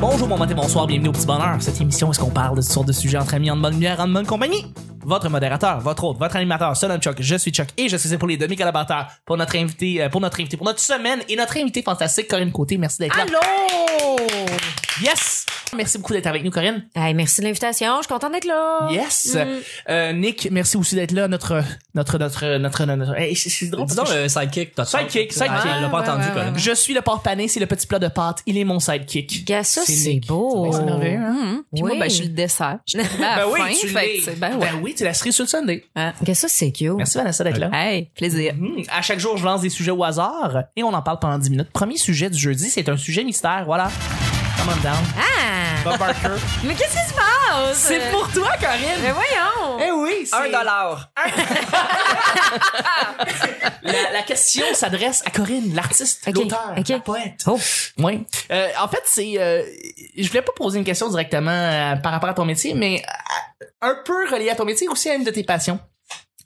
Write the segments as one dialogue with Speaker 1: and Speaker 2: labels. Speaker 1: Bonjour, bon matin, bonsoir, bienvenue au Petit Bonheur. Cette émission, est-ce qu'on parle de toutes sortes de sujets entre amis, en bonne lumière, en bonne compagnie? Votre modérateur, votre hôte, votre animateur, Solon Chuck, je suis Chuck et je suis pour les demi-collaborateurs, pour notre invité, euh, pour notre invité, pour notre semaine et notre invité fantastique, Corinne Côté. Merci d'être là.
Speaker 2: Allô!
Speaker 1: Yes! Merci beaucoup d'être avec nous, Corinne.
Speaker 2: Hey, merci de l'invitation, je suis contente d'être là.
Speaker 1: Yes!
Speaker 2: Mm.
Speaker 1: Euh, Nick, merci aussi d'être là, notre, notre, notre, notre, notre, hey, c'est- c'est drôle.
Speaker 3: Disons
Speaker 1: parce que
Speaker 3: le euh, sidekick. t'as-
Speaker 1: Sidekick, sidekick.
Speaker 3: Ah, Elle l'a pas
Speaker 2: Ouais,
Speaker 3: entendu
Speaker 2: ouais,
Speaker 3: quand même.
Speaker 1: je, je suis le porc pané, c'est le petit plat de pâte, il est mon sidekick.
Speaker 2: Gars, ça,
Speaker 1: C'est
Speaker 2: c'est
Speaker 1: Nick.
Speaker 2: beau.
Speaker 1: C'est merveilleux, hein?
Speaker 4: Mhm. Puis moi,
Speaker 2: Oui. Ben
Speaker 4: ben, je suis le dessert. Je suis arrivée à la fin,
Speaker 1: tu
Speaker 4: fait que
Speaker 1: l'es.
Speaker 4: c'est- ben, ouais. Ah.
Speaker 1: Ben oui, tu l'as cerise sur le Sunday.
Speaker 2: Gars, Ben, ça, c'est cute.
Speaker 1: Merci Vanessa d'être là.
Speaker 4: Hey, plaisir.
Speaker 1: Mhm. À chaque jour, je lance des sujets au hasard et on en parle pendant 10 minutes. Premier sujet du jeudi, c'est un sujet mystère, voilà. Come on down.
Speaker 2: Ah!
Speaker 1: Bob Barker.
Speaker 2: Mais qu'est-ce qui se passe?
Speaker 1: c'est pour toi, Corinne!
Speaker 2: Mais voyons!
Speaker 1: Eh oui, c'est- Ah!
Speaker 3: Un dollar.
Speaker 1: La, la question s'adresse à Corinne, l'artiste,
Speaker 2: Ok,
Speaker 1: l'auteur,
Speaker 2: ok.
Speaker 1: la poète.
Speaker 2: Oh!
Speaker 1: Oui. Euh, en fait, c'est. euh, je voulais pas poser une question directement euh, par rapport à ton métier, mais euh, un peu relié à ton métier, aussi à une de tes passions.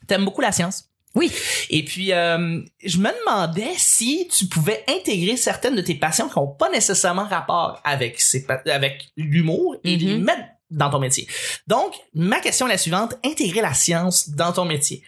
Speaker 1: T'aimes beaucoup la science.
Speaker 2: Oui.
Speaker 1: Et puis, euh, je me demandais si tu pouvais intégrer certaines de tes passions qui n'ont pas nécessairement rapport avec, ces pa- avec l'humour et les
Speaker 2: Mhm.
Speaker 1: mettre dans ton métier. Donc, ma question est la suivante. Intégrer la science dans ton métier.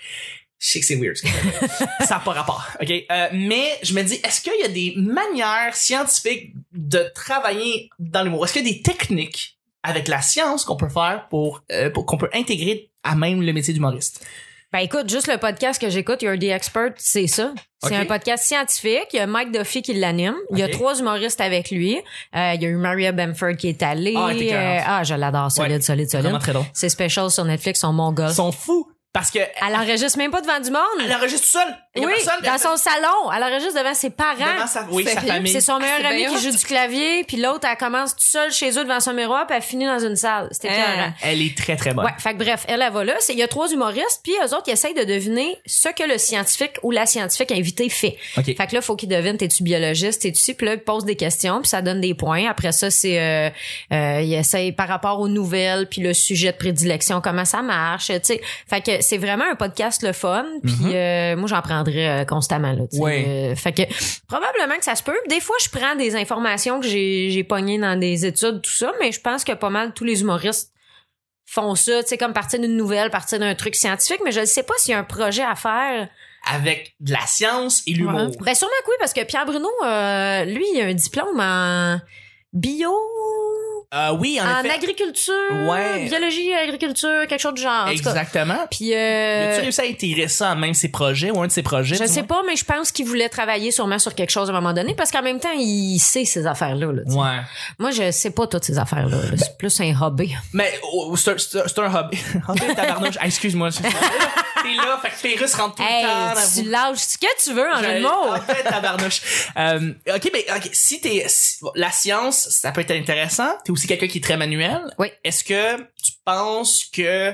Speaker 1: Je sais que c'est weird. ce que je vais dire. Ça n'a pas rapport. OK? Euh, mais je me dis, est-ce qu'il y a des manières scientifiques de travailler dans l'humour? Est-ce qu'il y a des techniques avec la science qu'on peut faire pour, euh, pour- qu'on peut intégrer à même le métier d'humoriste?
Speaker 2: Ben écoute, juste le podcast que j'écoute, You're the Expert, c'est ça. C'est
Speaker 1: Ok.
Speaker 2: un podcast scientifique. Il y a Mike Duffy qui l'anime. Il y a
Speaker 1: Ok.
Speaker 2: trois humoristes avec lui. Euh, il y a eu Maria Bamford qui est allée.
Speaker 1: Ah, elle était
Speaker 2: Euh,
Speaker 1: écœurante.
Speaker 2: ah, je l'adore. Solide,
Speaker 1: Ouais.
Speaker 2: solide, solide.
Speaker 1: Vraiment très drôle.
Speaker 2: Ses specials sur Netflix sont mon gars.
Speaker 1: Ils sont fous parce que
Speaker 2: Elle enregistre même pas devant du
Speaker 1: elle
Speaker 2: monde.
Speaker 1: enregistre seule. Il y a
Speaker 2: oui,
Speaker 1: personne
Speaker 2: dans son salon. Elle enregistre devant ses parents.
Speaker 1: devant sa, oui, sa
Speaker 4: Sérieux?
Speaker 1: famille. Ah,
Speaker 2: C'est son meilleur
Speaker 4: C'est
Speaker 2: ami
Speaker 4: bien
Speaker 2: qui
Speaker 4: hot.
Speaker 2: joue du clavier, puis l'autre, elle commence toute seule chez eux devant son miroir, puis elle finit dans une salle. C'était
Speaker 4: Hein.
Speaker 2: écœurant.
Speaker 1: Elle est très très bonne.
Speaker 2: Ouais, fait que bref, elle, elle va là. C'est- Il y a trois humoristes, puis eux autres, ils essayent de deviner ce que le scientifique ou la scientifique invitée fait.
Speaker 1: Ok.
Speaker 2: Fait que là, faut qu'ils devinent, t'es-tu biologiste, t'es-tu ci, puis là, ils posent des questions, puis ça donne des points. Après ça, c'est, euh, euh, ils essayent par rapport aux nouvelles, puis le sujet de prédilection, comment ça marche, tu sais. Fait que c'est vraiment un podcast le fun, puis euh, moi, j'en prendrais euh, constamment, là, tu sais.
Speaker 1: Ouais.
Speaker 2: Euh, fait que probablement que ça se peut. Des fois, je prends des informations que j'ai, j'ai pognées dans des études, tout ça, mais je pense que pas mal tous les humoristes font ça, tu sais, comme partir d'une nouvelle, partir d'un truc scientifique, mais je ne sais pas s'il y a un projet à faire.
Speaker 1: Avec de la science et l'humour.
Speaker 2: Ben sûrement que oui, parce que Pierre Bruno, euh, lui, il a un diplôme en bio,
Speaker 1: Euh, oui, en,
Speaker 2: en
Speaker 1: effet.
Speaker 2: agriculture,
Speaker 1: Ouais.
Speaker 2: biologie, agriculture, quelque chose de genre. en tout cas.
Speaker 1: Exactement.
Speaker 2: Puis,
Speaker 1: As-tu
Speaker 2: euh,
Speaker 1: réussi à intégrer ça à même ses projets ou un de ses projets?
Speaker 2: je
Speaker 1: du
Speaker 2: sais
Speaker 1: moins?
Speaker 2: pas, mais je pense qu'il voulait travailler sûrement sur quelque chose à un moment donné, parce qu'en même temps, il sait ces affaires-là. là, tu sais.
Speaker 1: Ouais.
Speaker 2: Moi, je sais pas toutes ces affaires-là. là. C'est plus un hobby.
Speaker 1: Mais oh, c'est un- c'est un- c'est un hobby. En fait, tabarnouche. Ah, Excuse-moi. je- T'es là, fait que les Russes rentrent tout
Speaker 2: Hey,
Speaker 1: le temps. Ah, dans vos-
Speaker 2: tu lâches ce que tu veux en jeu de
Speaker 1: J'allais-
Speaker 2: mots.
Speaker 1: En fait, tabarnouche. Euh, ok, mais ok, si t'es si- bon, la science, ça peut être intéressant. T'es aussi quelqu'un qui est très manuel.
Speaker 2: Oui.
Speaker 1: Est-ce que tu penses que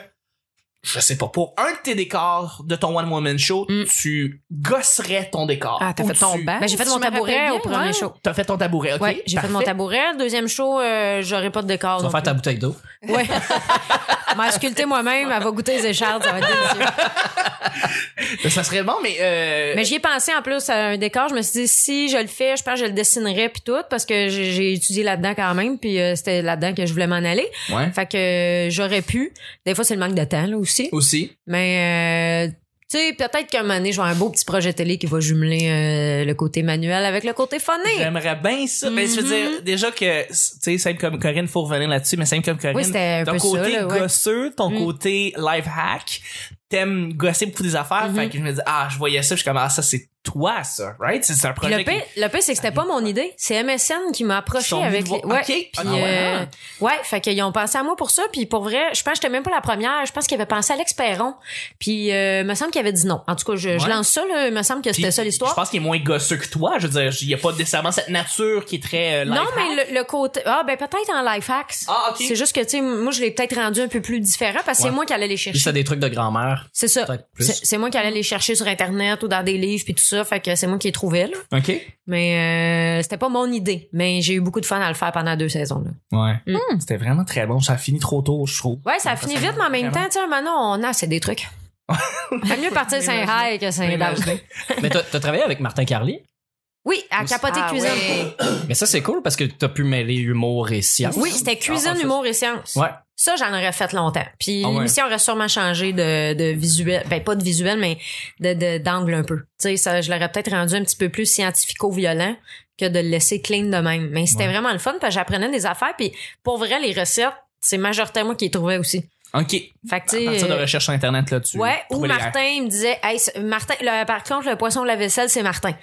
Speaker 1: je sais pas pour un de tes décors de ton one woman show,
Speaker 2: Mm.
Speaker 1: tu gosserais ton décor.
Speaker 4: Ah, t'as
Speaker 1: Ou
Speaker 4: fait ton
Speaker 1: tu-
Speaker 4: bac?
Speaker 2: Ben, j'ai fait
Speaker 4: Si
Speaker 2: mon
Speaker 4: je me rappelle
Speaker 2: tabouret
Speaker 4: bien,
Speaker 2: au premier
Speaker 4: ouais.
Speaker 2: show.
Speaker 1: T'as fait ton tabouret, ok.
Speaker 2: Ouais, j'ai fait mon
Speaker 1: parfait.
Speaker 2: tabouret. Deuxième show, euh, j'aurais pas de décor.
Speaker 3: Tu vas
Speaker 2: non
Speaker 3: faire ta bouteille d'eau.
Speaker 2: plus. Ouais. M'a sculpté moi-même, elle va goûter les échardes, ça va être délicieux.
Speaker 1: Ça serait bon, mais euh,
Speaker 2: Mais j'y ai pensé en plus à un décor, je me suis dit si je le fais, je pense que je le dessinerais puis tout parce que j'ai j'ai étudié là-dedans quand même puis euh, c'était là-dedans que je voulais m'en aller.
Speaker 1: ouais.
Speaker 2: Fait que euh, j'aurais pu. Des fois c'est le manque de temps là aussi.
Speaker 1: Aussi.
Speaker 2: Mais euh, tu sais, peut-être qu'un moment donné, je vais avoir un beau petit projet télé qui va jumeler euh, le côté manuel avec le côté funny.
Speaker 1: J'aimerais bien ça. Mais je veux
Speaker 2: Mhm.
Speaker 1: dire, déjà que, tu sais, simple comme Corinne, faut revenir là-dessus, mais simple comme Corinne.
Speaker 2: Oui, c'était un
Speaker 1: ton
Speaker 2: peu ça,
Speaker 1: côté
Speaker 2: là, ouais.
Speaker 1: gosseux, ton
Speaker 2: Mm.
Speaker 1: côté life hack, t'aimes gosser beaucoup des affaires.
Speaker 2: Mhm.
Speaker 1: Fait que je me dis, ah, je voyais ça, je suis comme, ah, ça, c'est toi, ça, right? C'est c'est un
Speaker 2: Puis
Speaker 1: projet.
Speaker 2: Le pire, le pire, c'est que c'était pas mon idée. C'est MSN qui m'a approché
Speaker 1: sont venus
Speaker 2: avec
Speaker 1: te
Speaker 2: les...
Speaker 1: voir. Ok. Ah,
Speaker 2: puis,
Speaker 1: ouais.
Speaker 2: euh, ouais, fait qu'ils ont pensé à moi pour ça. Puis pour vrai, je pense que j'étais même pas la première. Je pense qu'ils avaient pensé à Alex Perron. Puis euh, me semble qu'il avait dit non. En tout cas, je, je
Speaker 1: Ouais.
Speaker 2: lance ça, là. Me semble que
Speaker 1: Puis,
Speaker 2: c'était ça l'histoire.
Speaker 1: Je pense qu'il est moins gosseux que toi. Je veux dire, il n'y a pas nécessairement cette nature qui est très euh, life
Speaker 2: Non,
Speaker 1: hack.
Speaker 2: mais le, le côté. Ah, ben peut-être en life hacks.
Speaker 1: Ah, ok.
Speaker 2: C'est juste que, tu sais, moi, je l'ai peut-être rendu un peu plus différent parce que
Speaker 3: Ouais.
Speaker 2: c'est moi qui allais les chercher.
Speaker 3: Puis c'est des trucs de grand-mère.
Speaker 2: C'est ça.
Speaker 3: Peut-être plus.
Speaker 2: C'est c'est moi qui allais les chercher sur Internet ou dans des livres puis tout ça. Fait que c'est moi qui les trouvais, là.
Speaker 1: OK.
Speaker 2: Mais euh, c'était pas mon idée. Mais j'ai eu beaucoup de fun à le faire pendant deux saisons, là.
Speaker 1: Ouais.
Speaker 2: Mm.
Speaker 1: C'était vraiment très bon. Ça a fini trop tôt, je trouve.
Speaker 2: Ouais, ça finit vite, mais en même temps, tu sais, maintenant, on a, c'est des trucs. Fait mieux partir saint high que saint
Speaker 1: Imaginez.
Speaker 2: large
Speaker 3: Mais t'as t'as travaillé avec Martin Carly?
Speaker 2: Oui, à capoter
Speaker 4: Ah,
Speaker 2: cuisine.
Speaker 4: ouais.
Speaker 3: Mais ça, c'est cool parce que t'as pu mêler humour et science.
Speaker 2: Oui, c'était cuisine,
Speaker 3: Ah, ça-
Speaker 2: humour et science.
Speaker 3: Ouais.
Speaker 2: Ça, j'en aurais fait longtemps. Puis
Speaker 3: Ah ouais.
Speaker 2: l'émission aurait sûrement changé de, de visuel, ben pas de visuel, mais de- de- d'angle un peu. Tu sais, ça, je l'aurais peut-être rendu un petit peu plus scientifico-violent que de le laisser clean de même. Mais c'était
Speaker 3: Ouais.
Speaker 2: vraiment le fun parce que j'apprenais des affaires. Puis pour vrai, les recettes, c'est majoritairement moi qui les trouvais aussi.
Speaker 1: OK.
Speaker 2: Fait que
Speaker 1: À
Speaker 2: tu
Speaker 1: partir de
Speaker 2: sais,
Speaker 1: recherche sur Internet, là, tu.
Speaker 2: Ouais, ou
Speaker 1: trouves les
Speaker 2: Martin, il me disait, hey, ce- Martin, le- par contre, le poisson de la vaisselle, c'est Martin.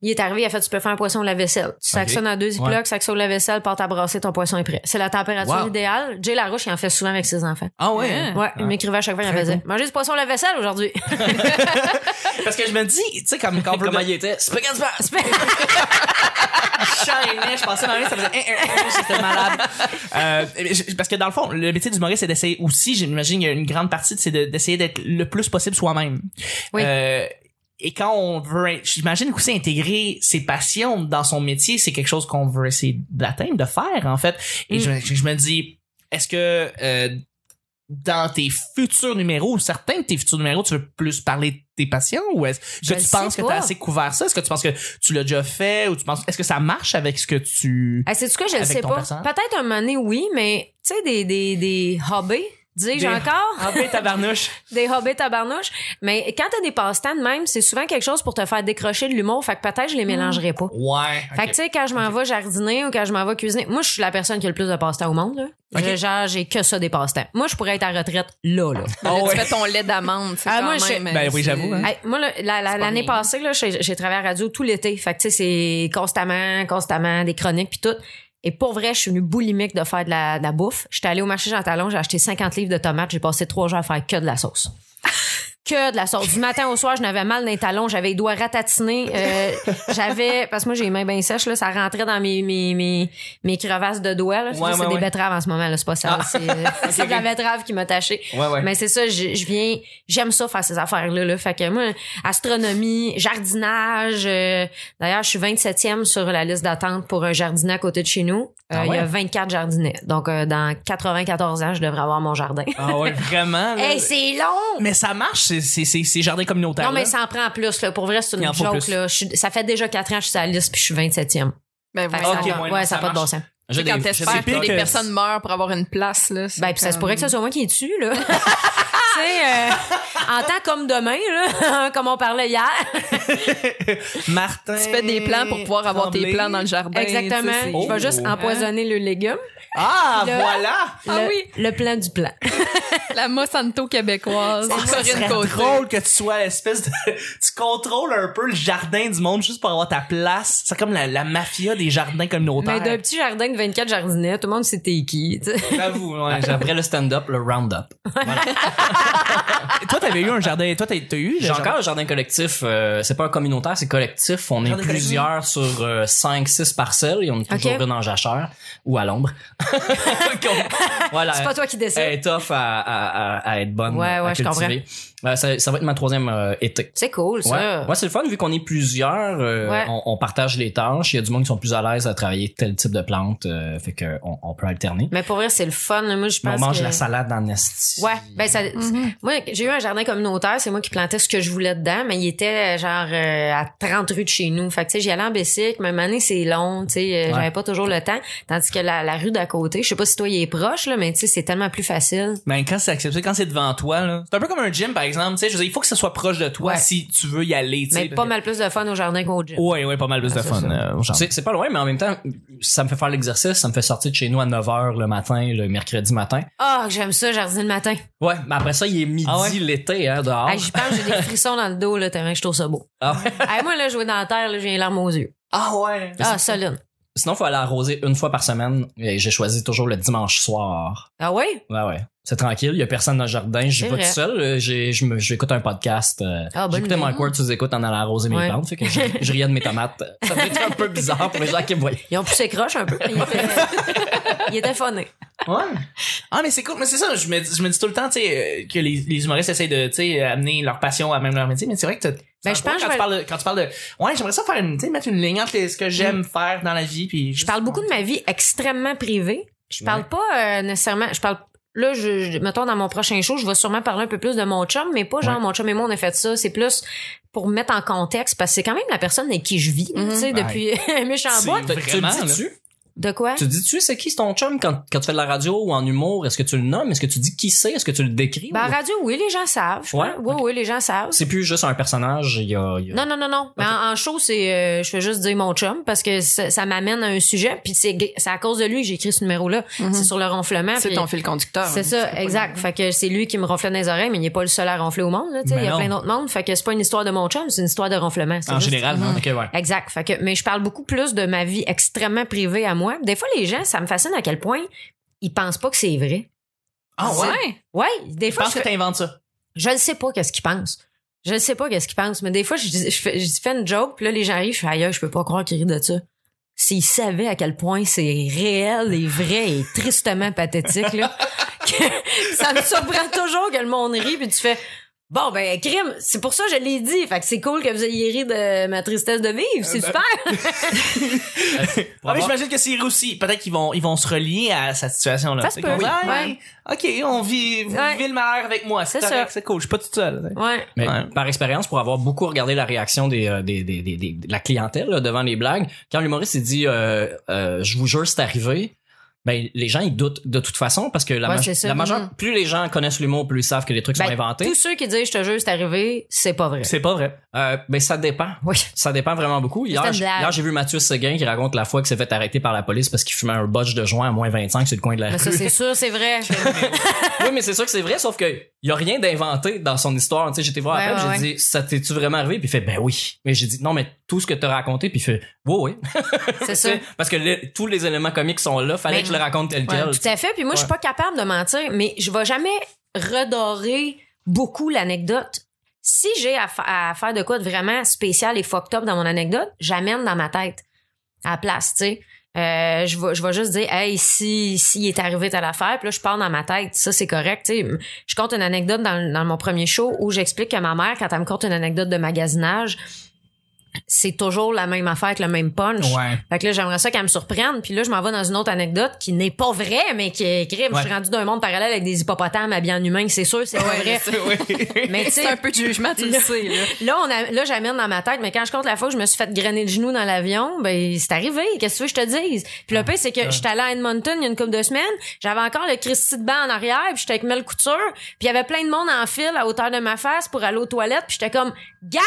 Speaker 2: Il est arrivé, il a fait, tu peux faire un poisson de la vaisselle. Tu saxonnes en deux ziplocs,
Speaker 3: Ouais.
Speaker 2: saxonnes la vaisselle, porte à brasser, ton poisson est prêt. C'est la température
Speaker 3: Wow.
Speaker 2: idéale. Jay Larouche, il en fait souvent avec ses enfants.
Speaker 3: Ah ouais.
Speaker 4: Hein?
Speaker 2: Ouais, il m'écrivait à chaque fois, il me faisait, mangez du poisson à la vaisselle aujourd'hui.
Speaker 1: Parce que je me dis, tu sais, comme quand
Speaker 3: Comment il était? Spaghetti Bar!
Speaker 1: j'enchaînais, Ah, je pensais dans rien, ça faisait un, un, un, j'étais malade. Euh, mais je- parce que dans le fond, le métier d'humoriste, c'est d'essayer aussi, j'imagine, il y a une grande partie, c'est de- d'essayer d'être le plus possible soi-même.
Speaker 2: Oui.
Speaker 1: Euh, et quand on veut, in- j'imagine qu'aussi intégrer ses passions dans son métier, c'est quelque chose qu'on veut essayer d'atteindre, de faire, en fait. Et
Speaker 2: Mm.
Speaker 1: je, je- je me dis, est-ce que euh, dans tes futurs numéros, certains de tes futurs numéros, tu veux plus parler de tes passions ou est-ce
Speaker 2: Je
Speaker 1: que
Speaker 2: le
Speaker 1: tu
Speaker 2: sais
Speaker 1: penses que tu
Speaker 2: pas.
Speaker 1: as assez couvert ça? Est-ce que tu penses que tu l'as déjà fait ou tu penses, est-ce que ça marche avec ce que tu...
Speaker 2: Ah, c'est du quoi, je le
Speaker 1: Avec
Speaker 2: sais
Speaker 1: ton
Speaker 2: pas.
Speaker 1: personnage?
Speaker 2: Peut-être un moment donné, oui, mais, tu sais, des, des, des hobbies,
Speaker 1: Des-
Speaker 2: dis-je encore?
Speaker 1: Un peu tabarnouche.
Speaker 2: des hobbies tabarnouches. Mais quand t'as des passe-temps de même, c'est souvent quelque chose pour te faire décrocher de l'humour. Fait que peut-être
Speaker 1: Mm.
Speaker 2: je les mélangerai pas.
Speaker 1: Ouais.
Speaker 2: Fait que tu sais, quand je m'en vais jardiner ou quand je m'en vais cuisiner, moi je suis la personne qui a le plus de passe-temps au monde. Là.
Speaker 1: Ok.
Speaker 2: Je- genre, j'ai que ça des passe-temps. Moi, je pourrais être à retraite là, là.
Speaker 4: Là,
Speaker 1: Ah ouais.
Speaker 4: Tu fais ton lait d'amande, c'est
Speaker 2: Ah,
Speaker 4: quand
Speaker 2: moi, je-
Speaker 4: même, euh,
Speaker 1: Ben oui,
Speaker 4: c'est-
Speaker 1: j'avoue, hein.
Speaker 2: Hey, moi, là, la- la-
Speaker 4: pas
Speaker 2: l'année
Speaker 4: rien.
Speaker 2: passée, là, j'ai j'ai travaillé à la radio tout l'été. Fait que tu sais, c'est constamment, constamment, des chroniques puis tout. Et pour vrai, je suis venue boulimique de faire de la, de la bouffe. J'étais allée au marché Jean Talon, j'ai acheté 50 livres de tomates, j'ai passé trois jours à faire que de la sauce. Que de la sauce. Du matin au soir, je n'avais mal dans les talons, j'avais les doigts ratatinés. euh, j'avais. Parce que moi, j'ai les mains bien sèches, là, ça rentrait dans mes, mes, mes, mes crevasses de doigts. là. Je
Speaker 1: Ouais,
Speaker 2: dis, c'est
Speaker 1: ouais,
Speaker 2: des
Speaker 1: ouais. Ah.
Speaker 2: betteraves en ce moment, là, c'est pas ça. C'est euh, c'est de la betterave qui m'a taché.
Speaker 1: Ouais, ouais.
Speaker 2: Mais Ben, c'est ça, je, je viens, j'aime ça faire ces affaires-là. Là. Fait que moi, astronomie, jardinage. euh, D'ailleurs, je suis 27e sur la liste d'attente pour un jardinier à côté de chez nous. Euh,
Speaker 1: Ah ouais?
Speaker 2: Il y a 24 jardiniers. Donc, euh, dans 94 ans, je devrais avoir mon jardin.
Speaker 1: Ah ouais, vraiment. là.
Speaker 2: hey, c'est long!
Speaker 1: mais ça marche, c'est- c'est c'est- c'est jardin communautaire.
Speaker 2: Non, mais ça en prend plus. Là. Pour vrai, c'est
Speaker 1: Il
Speaker 2: une
Speaker 1: en faut
Speaker 2: joke.
Speaker 1: plus.
Speaker 2: Là. Je suis- ça fait déjà 4 ans que je suis sur la liste puis je suis 27e.
Speaker 4: Ben
Speaker 2: Fait que
Speaker 4: voilà.
Speaker 1: Ok,
Speaker 2: ça,
Speaker 1: ouais,
Speaker 2: ouais,
Speaker 1: non,
Speaker 2: ça
Speaker 1: ça
Speaker 2: n'a pas de bon
Speaker 1: marche.
Speaker 2: sens.
Speaker 4: Quand
Speaker 3: J'ai des- j'ai des
Speaker 4: t'espères que
Speaker 1: pires
Speaker 4: des
Speaker 1: que-
Speaker 4: personnes meurent pour avoir une place, là.
Speaker 2: Ben, puis ça se
Speaker 1: Euh,
Speaker 4: comme-
Speaker 2: pourrait que ce soit moi qui est dessus, là. tu sais, euh, en temps comme demain, là, comme on parlait hier.
Speaker 1: Martin.
Speaker 4: Tu fais des plans pour pouvoir avoir tes plans dans le jardin.
Speaker 3: Ben,
Speaker 2: Exactement.
Speaker 4: tu sais, c'est-
Speaker 2: Je vais juste
Speaker 1: Oh.
Speaker 3: hein?
Speaker 2: empoisonner le légume.
Speaker 1: Ah,
Speaker 2: Puis là-
Speaker 1: voilà!
Speaker 4: Ah
Speaker 2: le,
Speaker 4: oui.
Speaker 2: le plan du plan.
Speaker 4: La Monsanto québécoise.
Speaker 1: Ah, ça
Speaker 4: Corinne
Speaker 1: serait
Speaker 4: Côté.
Speaker 1: drôle que tu sois l'espèce de... Tu contrôles un peu le jardin du monde juste pour avoir ta place. C'est comme la, la mafia des jardins
Speaker 2: Mais
Speaker 1: communautaires.
Speaker 2: Ben, d'un petit jardin de 24 jardinets, tout le monde c'était qui. tu sais.
Speaker 1: J'avoue, ouais, j'avoue.
Speaker 3: Après le stand-up, le round-up.
Speaker 1: Ah, Toi, t'avais eu un jardin. Toi, t'as t'as eu le
Speaker 3: J'ai
Speaker 1: jardin-
Speaker 3: encore un jardin collectif. euh, c'est pas un communautaire, c'est collectif. On est
Speaker 1: Jardin collectif.
Speaker 3: plusieurs sur 5-6 parcelles et on est toujours
Speaker 2: Ok.
Speaker 3: une en jachère ou à l'ombre. voilà.
Speaker 2: C'est pas toi qui décide.
Speaker 3: Elle est tough à, à- à- à être bonne.
Speaker 2: Ouais,
Speaker 3: à
Speaker 2: ouais, je
Speaker 3: cultiver. Euh, ça, ça va être ma troisième euh, été.
Speaker 2: C'est cool,
Speaker 3: Ouais,
Speaker 2: ça.
Speaker 3: Ouais, c'est le fun vu qu'on est plusieurs, euh,
Speaker 2: Ouais.
Speaker 3: on, on partage les tâches. Il y a du monde qui sont plus à l'aise à travailler tel type de plante, euh, fait que on, on peut alterner.
Speaker 2: Mais pour vrai, c'est le fun. Moi, je
Speaker 3: Mais
Speaker 2: pense
Speaker 3: on mange
Speaker 2: que-
Speaker 3: la salade en esti.
Speaker 2: Ouais, ben ça.
Speaker 4: Mm-hmm.
Speaker 2: Moi, j'ai eu un jardin communautaire, c'est moi qui plantais ce que je voulais dedans, mais il était euh, genre euh, à 30 rues de chez nous. Fait que tu sais, j'y allais en bicycle, même année c'est long, tu sais, euh, j'avais pas toujours le temps. Tandis que la, la rue d'à côté, je sais pas si toi il est proche là, mais tu sais, c'est tellement plus facile.
Speaker 1: Ben, quand c'est accepté, quand c'est devant toi, là. C'est un peu comme un gym, par exemple. Tu sais, je veux dire, il faut que ça soit proche de toi
Speaker 2: Ouais.
Speaker 1: si tu veux y aller, tu sais.
Speaker 2: Mais pas mal plus de fun au jardin qu'au gym.
Speaker 1: Ouais, ouais, pas mal plus
Speaker 2: Ah,
Speaker 1: de fun, euh, au jardin.
Speaker 3: C'est, c'est pas loin, mais en même temps, ça me fait faire l'exercice, ça me fait sortir de chez nous à 9h le matin, le mercredi matin.
Speaker 2: Ah, que j'aime ça, jardiner le matin.
Speaker 3: Ouais, mais après ça, il est midi
Speaker 1: Ah ouais?
Speaker 3: l'été, hein, dehors.
Speaker 2: Hey, J'y pense, j'ai des frissons dans le dos, là, tellement que je trouve ça beau.
Speaker 3: Ah ouais.
Speaker 2: Hey, moi, là, jouer dans la terre, là, j'ai les larmes aux yeux.
Speaker 1: Ah ouais.
Speaker 2: Ah, solide.
Speaker 3: Sinon, faut aller arroser une fois par semaine, et j'ai choisi toujours le dimanche soir.
Speaker 2: Ah oui?
Speaker 3: Ouais, ouais. C'est tranquille, il y a personne dans le jardin,
Speaker 2: C'est
Speaker 3: je vais pas tout
Speaker 2: vrai.
Speaker 3: seul, euh, j'ai- je me- j'écoute un podcast. euh,
Speaker 2: Ah, bonne
Speaker 3: J'écoutais
Speaker 2: idée.
Speaker 3: Mike Ward, tu les écoutes en allant arroser mes
Speaker 2: Ouais.
Speaker 3: plantes, fait que je, je riais de mes tomates. Ça fait un peu bizarre pour les gens qui me voyaient.
Speaker 2: Ils ont poussé croche un peu. Il était, il était funné.
Speaker 1: Ouais. Ah, mais c'est cool. Mais c'est ça, je me, dis- je me dis tout le temps, tu sais, euh, que les, les humoristes essayent de, tu sais, amener leur passion à même leur métier. Mais c'est vrai que t'as-
Speaker 2: Ben,
Speaker 1: c'est
Speaker 2: je pense
Speaker 1: quand,
Speaker 2: que je
Speaker 1: tu parles de, quand tu parles de, ouais, j'aimerais ça faire une, tu sais, mettre une ligne entre les- ce que j'aime faire dans la vie, puis
Speaker 2: Mm. Je parle beaucoup de ma vie extrêmement privée. Je parle
Speaker 1: Ouais.
Speaker 2: pas euh, nécessairement. Je parle. Là, je, je- mettons, dans mon prochain show, je vais sûrement parler un peu plus de mon chum, mais pas genre
Speaker 3: Ouais.
Speaker 2: mon chum et moi, on a fait ça. C'est plus pour mettre en contexte parce que c'est quand même la personne avec qui je vis,
Speaker 4: Mhm.
Speaker 2: tu sais,
Speaker 3: Ouais.
Speaker 2: depuis méchant
Speaker 1: C'est-
Speaker 2: bout.
Speaker 3: Tu- Tu
Speaker 1: Vraiment,
Speaker 3: le dis-tu?
Speaker 2: De quoi?
Speaker 3: Tu dis-tu c'est qui c'est ton chum quand, quand tu fais de la radio ou en humour? Est-ce que tu le nommes? Est-ce que tu dis qui c'est? Est-ce que tu le décris?
Speaker 2: Ben, à
Speaker 3: Ou-
Speaker 2: radio, oui, les gens savent. je
Speaker 3: Ouais?
Speaker 2: crois. Oui, oui, les gens savent.
Speaker 3: C'est plus juste un personnage, il y a... il y a-
Speaker 2: Non, non, non, non. Mais en, en show, c'est, euh, je fais juste dire mon chum parce que ça, ça m'amène à un sujet. Puis c'est, c'est à cause de lui que j'ai écrit ce numéro-là.
Speaker 4: Mhm.
Speaker 2: C'est sur le ronflement.
Speaker 4: C'est
Speaker 2: puis-
Speaker 4: ton hein, fil conducteur.
Speaker 2: C'est ça, exact. Fait que c'est lui qui me ronflait dans les oreilles, mais il n'est pas le seul à ronfler au monde. Là, tu sais.
Speaker 3: Ben
Speaker 2: il y a
Speaker 3: non.
Speaker 2: plein d'autres mondes. Fait que c'est pas une histoire de mon chum, c'est une histoire de ronflement. C'est
Speaker 3: En
Speaker 2: juste-
Speaker 3: général, non? Ok, ouais.
Speaker 2: Exact. Fait que, mais je parle beaucoup plus de ma vie extrêmement privée à moi. Des fois, les gens, ça me fascine à quel point ils pensent pas que c'est vrai.
Speaker 1: Ah ouais?
Speaker 2: Ouais, des
Speaker 1: Je
Speaker 2: fois,
Speaker 1: pense
Speaker 2: je, Ah
Speaker 1: que t'inventes ça.
Speaker 2: je ne sais pas qu'est-ce qu'ils pensent. Je ne sais pas qu'est-ce qu'ils pensent, mais des fois, je, dis- je fais, je fais une joke, puis là, les gens arrivent, je fais ailleurs, je peux pas croire qu'ils rient de ça. S'ils savaient à quel point c'est réel et vrai et tristement pathétique, là, que ça me surprend toujours que le monde rit, puis tu fais Bon, ben, crime, c'est pour ça que je l'ai dit. Fait que c'est cool que vous ayez ri de ma tristesse de vivre, c'est super.
Speaker 3: Pour
Speaker 1: Ah mais
Speaker 3: avoir-
Speaker 1: j'imagine que c'est aussi. Peut-être qu'ils vont, ils vont se relier à cette situation-là.
Speaker 2: Ça se
Speaker 1: Ils vont
Speaker 2: peut,
Speaker 1: dire,
Speaker 2: oui.
Speaker 1: Hey, Ok, on vit, vous
Speaker 2: Ouais.
Speaker 1: vivez le malheur avec moi. C'est
Speaker 2: C'est
Speaker 1: correct,
Speaker 2: ça.
Speaker 1: c'est cool. Je suis pas toute seule.
Speaker 2: Ouais.
Speaker 3: Mais
Speaker 1: Ouais.
Speaker 3: par expérience, pour avoir beaucoup regardé la réaction des, euh, des, des, des- des- de la clientèle là, devant les blagues, quand l'humoriste s'est dit euh, euh, Je vous jure, c'est arrivé ben, les gens ils doutent de toute façon parce que la,
Speaker 2: Ouais,
Speaker 3: maj-
Speaker 2: c'est ça. Mm.
Speaker 3: la majeure,
Speaker 4: Mhm.
Speaker 3: plus les gens connaissent l'humour, plus ils savent que les trucs sont
Speaker 2: Ben,
Speaker 3: inventés.
Speaker 2: Tous ceux qui disent je te jure, c'est arrivé, c'est pas vrai.
Speaker 1: C'est pas vrai.
Speaker 3: Euh, ben ça dépend.
Speaker 2: Oui.
Speaker 3: Ça dépend vraiment beaucoup. Hier,
Speaker 2: une
Speaker 3: j-
Speaker 2: blague.
Speaker 3: hier, j'ai vu Mathieu Seguin qui raconte la fois qu'il s'est fait arrêter par la police parce qu'il fumait un botch de joint à moins 25 sur le coin de la
Speaker 2: Mais
Speaker 3: rue.
Speaker 2: ça, c'est sûr, c'est vrai.
Speaker 3: oui, mais c'est sûr que c'est vrai, sauf que y a rien d'inventé dans son histoire. Tu sais, j'étais voir
Speaker 2: Ouais,
Speaker 3: après,
Speaker 2: ouais,
Speaker 3: j'ai dit, ça t'es-tu vraiment arrivé? Puis il fait, ben oui. Mais j'ai dit, non, mais tout ce que t'as raconté, puis il fait, oui, oui.
Speaker 2: C'est
Speaker 3: Tu
Speaker 2: sûr.
Speaker 3: sais, Parce que le- tous les éléments comiques sont là, fallait
Speaker 2: Mais-
Speaker 3: que je le raconte tel quel.
Speaker 2: Tout à fait. Puis moi, je suis pas capable de mentir, mais je vais jamais redorer beaucoup l'anecdote. Si j'ai à, fa- à faire de quoi de vraiment spécial et fucked up dans mon anecdote, j'amène dans ma tête à la place, tu sais. Euh, je vais je vais juste dire hey si s'il est arrivé telle affaire puis là je pars dans ma tête ça c'est correct tu sais je compte une anecdote dans, dans mon premier show où j'explique que ma mère quand elle me compte une anecdote de magasinage c'est toujours la même affaire avec le même punch
Speaker 3: Ouais.
Speaker 2: fait que là, j'aimerais ça qu'elle me surprenne. Puis là, je m'en vais dans une autre anecdote qui n'est pas vraie, mais qui est écrite. Je suis
Speaker 3: Ouais.
Speaker 2: rendue d'un monde parallèle avec des hippopotames habillés en humain, c'est sûr, c'est pas vrai. Mais tu sais,
Speaker 4: C'est un peu de jugement, tu le sais. là.
Speaker 2: là, on a- là, j'amène dans ma tête, mais quand je compte la fois où je me suis fait grainer le genou dans l'avion, ben, c'est arrivé. Qu'est-ce que tu veux que je te dise? Puis
Speaker 4: Ah,
Speaker 2: le pire, c'est que j'étais allée à Edmonton il y a une couple de semaines. J'avais encore le Christy de banc en arrière, puis j'étais avec Mel Couture. Puis il y avait plein de monde en file à hauteur de ma face pour aller aux toilettes. Puis j'étais comme, gars!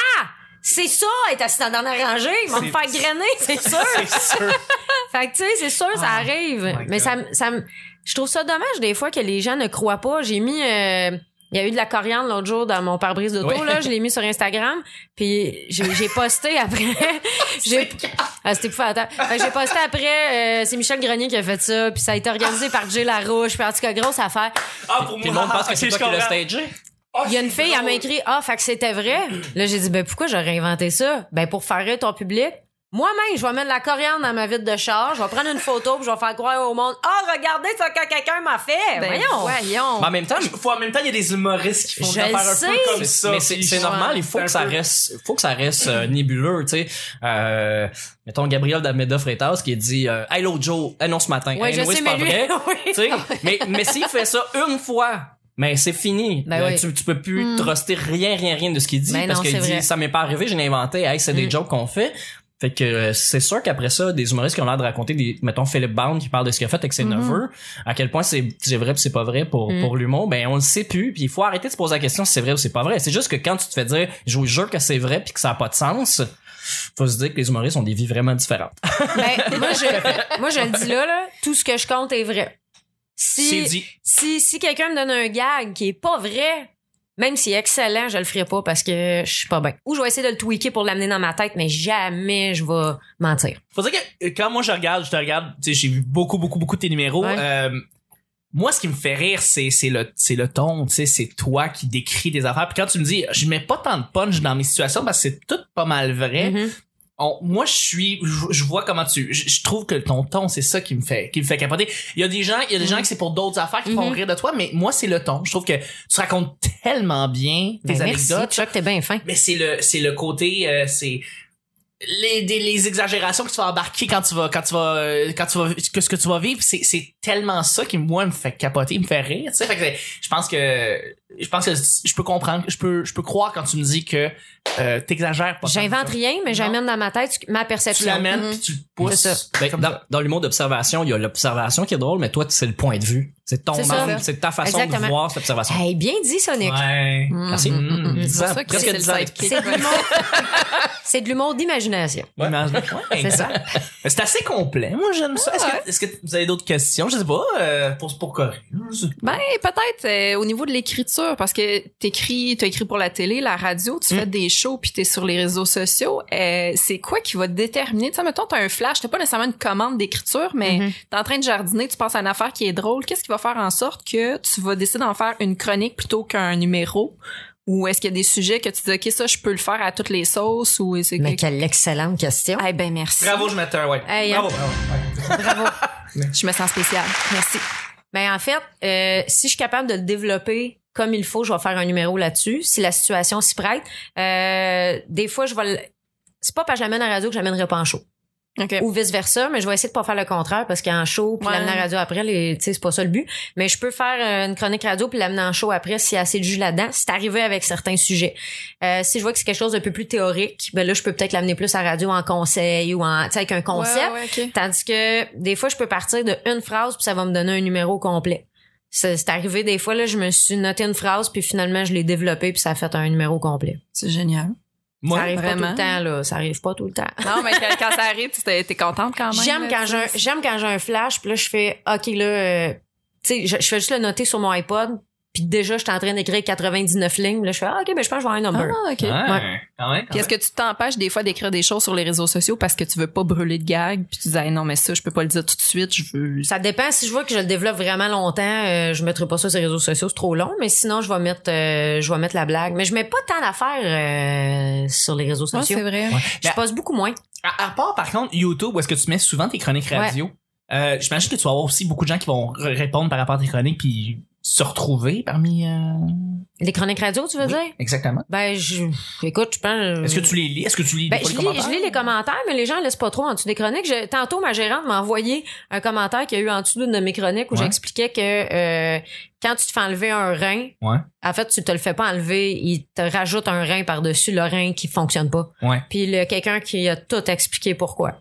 Speaker 2: C'est ça, être assis dans la dernière rangée, ils vont me faire grainer, c'est sûr. Fait que tu sais, c'est sûr, ça arrive.
Speaker 1: my
Speaker 2: Mais
Speaker 1: God.
Speaker 2: ça, me- ça me- je trouve ça dommage des fois que les gens ne croient pas. J'ai mis, euh, il y a eu de la coriandre l'autre jour dans mon pare-brise d'auto
Speaker 3: Ouais.
Speaker 2: là, je l'ai mis sur Instagram, puis j'ai j'ai posté après. j'ai ah, c'était épouvantable. Fait que j'ai posté après, euh, c'est Michel Grenier qui a fait ça, puis ça a été organisé par Jay Larouche, puis en tout cas grosse affaire.
Speaker 1: Ah, pour
Speaker 3: Puis le monde pense que c'est
Speaker 1: Ok, je
Speaker 3: toi qui l'as
Speaker 1: comprends. Ah,
Speaker 3: stagé.
Speaker 2: Il y a une fille, elle m'a écrit Ah, fait que c'était vrai. Là, j'ai dit Ben pourquoi j'aurais inventé ça? Ben pour faire rire ton public. Moi-même, je vais mettre de la coriandre dans ma vitre de char, je vais prendre une photo, puis je vais faire croire au monde Ah, regardez ce que quelqu'un m'a fait!
Speaker 4: Ben,
Speaker 2: Voyons!
Speaker 4: voyons.
Speaker 3: Mais en même temps,
Speaker 1: Faut- en même temps, il y a des humoristes qui font
Speaker 2: Je
Speaker 1: des affaires un
Speaker 2: sais.
Speaker 1: peu comme ça.
Speaker 3: mais c'est
Speaker 1: puis-
Speaker 3: c'est normal, il faut
Speaker 1: C'est
Speaker 3: que
Speaker 1: un
Speaker 3: ça
Speaker 1: peu-
Speaker 3: reste, faut que ça reste euh, nébuleux, tu sais. Euh, mettons Gabriel d'Ameda Freitas qui dit, euh, hey l'autre jour, eh non ce matin,
Speaker 2: Ouais,
Speaker 3: Eh,
Speaker 2: je
Speaker 3: anyway,
Speaker 2: sais,
Speaker 3: c'est
Speaker 2: mais
Speaker 3: pas
Speaker 2: lui.
Speaker 3: vrai.
Speaker 2: oui.
Speaker 3: Tu sais, mais mais s'il fait ça une fois, mais c'est fini.
Speaker 2: Ben
Speaker 3: Euh,
Speaker 2: oui.
Speaker 3: tu, tu peux plus truster rien, rien, rien de ce qu'il dit
Speaker 2: Ben
Speaker 3: parce
Speaker 2: non,
Speaker 3: qu'il
Speaker 2: c'est
Speaker 3: dit
Speaker 2: vrai.
Speaker 3: ça m'est pas arrivé, je l'ai inventé. Hey, c'est des
Speaker 2: Mm.
Speaker 3: jokes qu'on fait. Fait que euh, c'est sûr qu'après ça, des humoristes qui ont l'air de raconter des, mettons Philippe Bound qui parle de ce qu'il a fait avec ses neveux, à quel point c'est c'est vrai pis c'est pas vrai pour
Speaker 2: Mm.
Speaker 3: pour l'humour, ben on le sait plus. Puis il faut arrêter de se poser la question si c'est vrai ou c'est pas vrai. C'est juste que quand tu te fais dire, je vous jure que c'est vrai puis que ça a pas de sens, faut se dire que les humoristes ont des vies vraiment différentes.
Speaker 2: Ben, moi, je, moi, je le dis là, là, tout ce que je compte est vrai.
Speaker 1: C'est
Speaker 2: Si,
Speaker 1: dit.
Speaker 2: si, si quelqu'un me donne un gag qui est pas vrai, même s'il est excellent, je le ferai pas parce que je suis pas bien. Ou je vais essayer de le tweaker pour l'amener dans ma tête, mais jamais je vais mentir.
Speaker 1: Faut dire que euh, quand moi je regarde, je te regarde, tu sais, j'ai vu beaucoup, beaucoup, beaucoup de tes numéros.
Speaker 2: Ouais.
Speaker 1: Euh, moi, ce qui me fait rire, c'est, c'est le, c'est le ton, tu sais, c'est toi qui décris des affaires. Puis quand tu me dis, je mets pas tant de punch dans mes situations parce que c'est tout pas mal
Speaker 3: Eh,
Speaker 1: vrai.
Speaker 2: Mhm.
Speaker 1: On- moi, je suis, je, je vois comment tu, je, je trouve que ton ton, c'est ça qui me fait, qui me fait capoter. Il y a des gens, il y a des gens que c'est pour d'autres affaires qui font
Speaker 2: Mhm.
Speaker 1: rire de toi, mais moi, c'est le ton. Je trouve que tu racontes tellement bien tes
Speaker 2: Ben,
Speaker 1: anecdotes.
Speaker 2: Merci, Chuck, t'es bien fin.
Speaker 1: Mais c'est le c'est le côté euh, c'est les, des- les exagérations que tu vas embarquer quand tu vas quand tu vas euh, quand tu vas que ce que tu vas vivre c'est c'est tellement ça qui moi me fait capoter me fait rire tu sais fait que c'est- je pense que je pense que je peux comprendre je peux je peux croire quand tu me dis que euh, t'exagères pas. tant
Speaker 2: J'invente
Speaker 1: que ça.
Speaker 2: rien, mais j'amène dans ma tête ma
Speaker 1: Tu
Speaker 2: perception.
Speaker 1: l'amènes
Speaker 2: Mhm.
Speaker 1: puis tu le pousses.
Speaker 2: C'est ça.
Speaker 3: Ben,
Speaker 1: comme
Speaker 3: dans,
Speaker 1: ça.
Speaker 3: dans l'humour d'observation, il y a l'observation qui est drôle, mais toi, c'est le point de vue. C'est ton
Speaker 2: C'est ça.
Speaker 3: angle, c'est ta façon de
Speaker 2: Exactement.
Speaker 3: voir cette observation.
Speaker 2: Hey, Mm-hmm. bien dit, Sonic.
Speaker 1: Ouais.
Speaker 3: Merci.
Speaker 1: Mm, mm, mm.
Speaker 3: Dix ans,
Speaker 4: C'est ça que
Speaker 3: presque
Speaker 4: c'est le
Speaker 3: dix ans.
Speaker 4: sidekick. hein.
Speaker 2: C'est de l'humour. C'est de l'humour d'imagination.
Speaker 1: Ouais.
Speaker 2: C'est ça.
Speaker 1: C'est assez complet. Moi, j'aime ça. Est-ce que, est-ce que vous avez d'autres questions? Je sais pas. euh, pour, pour Corinne.
Speaker 4: Ben, peut-être euh, au niveau de l'écriture, parce que t'écris, t'as écrit pour la télé, la radio, tu
Speaker 1: Mm.
Speaker 4: fais des shows, puis t'es sur les réseaux sociaux. Euh, c'est quoi qui va te déterminer? Tu sais, mettons, t'as un flash, t'as pas nécessairement une commande d'écriture, mais
Speaker 2: Mhm.
Speaker 4: t'es en train de jardiner, tu penses à une affaire qui est drôle. Qu'est-ce qui va faire en sorte que tu vas décider d'en faire une chronique plutôt qu'un numéro? Ou est-ce qu'il y a des sujets que tu dis, OK, ça, je peux le faire à toutes les sauces? Ou c'est
Speaker 2: Mais quelle excellente question.
Speaker 4: Eh ben, merci.
Speaker 1: Bravo, je m'attends. Ouais.
Speaker 2: Hey,
Speaker 1: bravo, bravo. ouais.
Speaker 4: hein. Je me sens spéciale. Merci.
Speaker 2: Ben en fait, euh, si je suis capable de le développer comme il faut, je vais faire un numéro là-dessus. Si la situation s'y prête, Euh, des fois je vais. le- C'est pas parce que je l'amène à la radio que je l'amènerai pas en show.
Speaker 4: OK.
Speaker 2: Ou vice versa, mais je vais essayer de pas faire le contraire parce qu'en show puis
Speaker 4: Ouais.
Speaker 2: l'amener à la radio après, les, tu sais, c'est pas ça le but. Mais je peux faire euh, une chronique radio puis l'amener en show après s'il y a assez de jus là-dedans. C'est arrivé avec certains sujets. Euh, si je vois que c'est quelque chose d'un peu plus théorique, ben là je peux peut-être l'amener plus à la radio en conseil ou en, tu sais, avec un concept.
Speaker 4: Ouais, ouais, ok.
Speaker 2: Tandis que des fois, je peux partir de une phrase puis ça va me donner un numéro complet. C'est c'est arrivé des fois là, je me suis noté une phrase puis finalement je l'ai développée puis ça a fait un numéro complet.
Speaker 4: C'est génial.
Speaker 2: ça arrive pas
Speaker 4: vraiment.
Speaker 2: tout le temps là, ça arrive pas tout le temps.
Speaker 4: Non, mais quand, quand ça arrive, tu t'es t'es contente quand même.
Speaker 2: J'aime
Speaker 4: là,
Speaker 2: quand
Speaker 4: tu
Speaker 2: j'ai un-
Speaker 4: sais.
Speaker 2: j'aime quand j'ai un flash puis là je fais OK là euh, tu sais je, je fais juste le noter sur mon iPod puis déjà je suis en train d'écrire 99 lignes là je fais ah, OK ben je pense que je vais avoir un number.
Speaker 4: Ah, OK.
Speaker 1: Ouais. Quand même, quand
Speaker 4: Puis est-ce que tu t'empêches des fois d'écrire des choses sur les réseaux sociaux parce que tu veux pas brûler de gags puis tu dis ah non mais ça je peux pas le dire tout de suite je veux
Speaker 2: Ça dépend. Si je vois que je le développe vraiment longtemps, euh, je mettrai pas ça sur les réseaux sociaux, c'est trop long. Mais sinon, je vais mettre, euh, je vais mettre la blague. Mais je mets pas tant d'affaires euh, sur les réseaux
Speaker 4: Ouais,
Speaker 2: sociaux.
Speaker 4: vrai Ben,
Speaker 2: je passe beaucoup moins.
Speaker 1: À, à part, par contre, YouTube, où est-ce que tu mets souvent tes chroniques radio, euh, j'imagine que tu vas avoir aussi beaucoup de gens qui vont r- répondre par rapport à tes chroniques puis se retrouver parmi... euh,
Speaker 2: Les chroniques radio, tu veux
Speaker 1: Oui,
Speaker 2: dire
Speaker 1: Exactement.
Speaker 2: Ben, je, écoute, je pense.
Speaker 1: Est-ce que tu les lis? Est-ce que tu lis
Speaker 2: Ben,
Speaker 1: des fois
Speaker 2: je,
Speaker 1: les
Speaker 2: lis,
Speaker 1: commentaires?
Speaker 2: je lis les commentaires, mais les gens laissent pas trop en dessous des chroniques. Je- tantôt, ma gérante m'a envoyé un commentaire qu'il y a eu en dessous d'une de mes chroniques où
Speaker 1: Ouais.
Speaker 2: j'expliquais que euh, quand tu te fais enlever un rein,
Speaker 1: Ouais.
Speaker 2: en fait, tu te le fais pas enlever, il te rajoute un rein par-dessus le rein qui fonctionne pas.
Speaker 1: Ouais.
Speaker 2: Puis le quelqu'un qui a tout expliqué pourquoi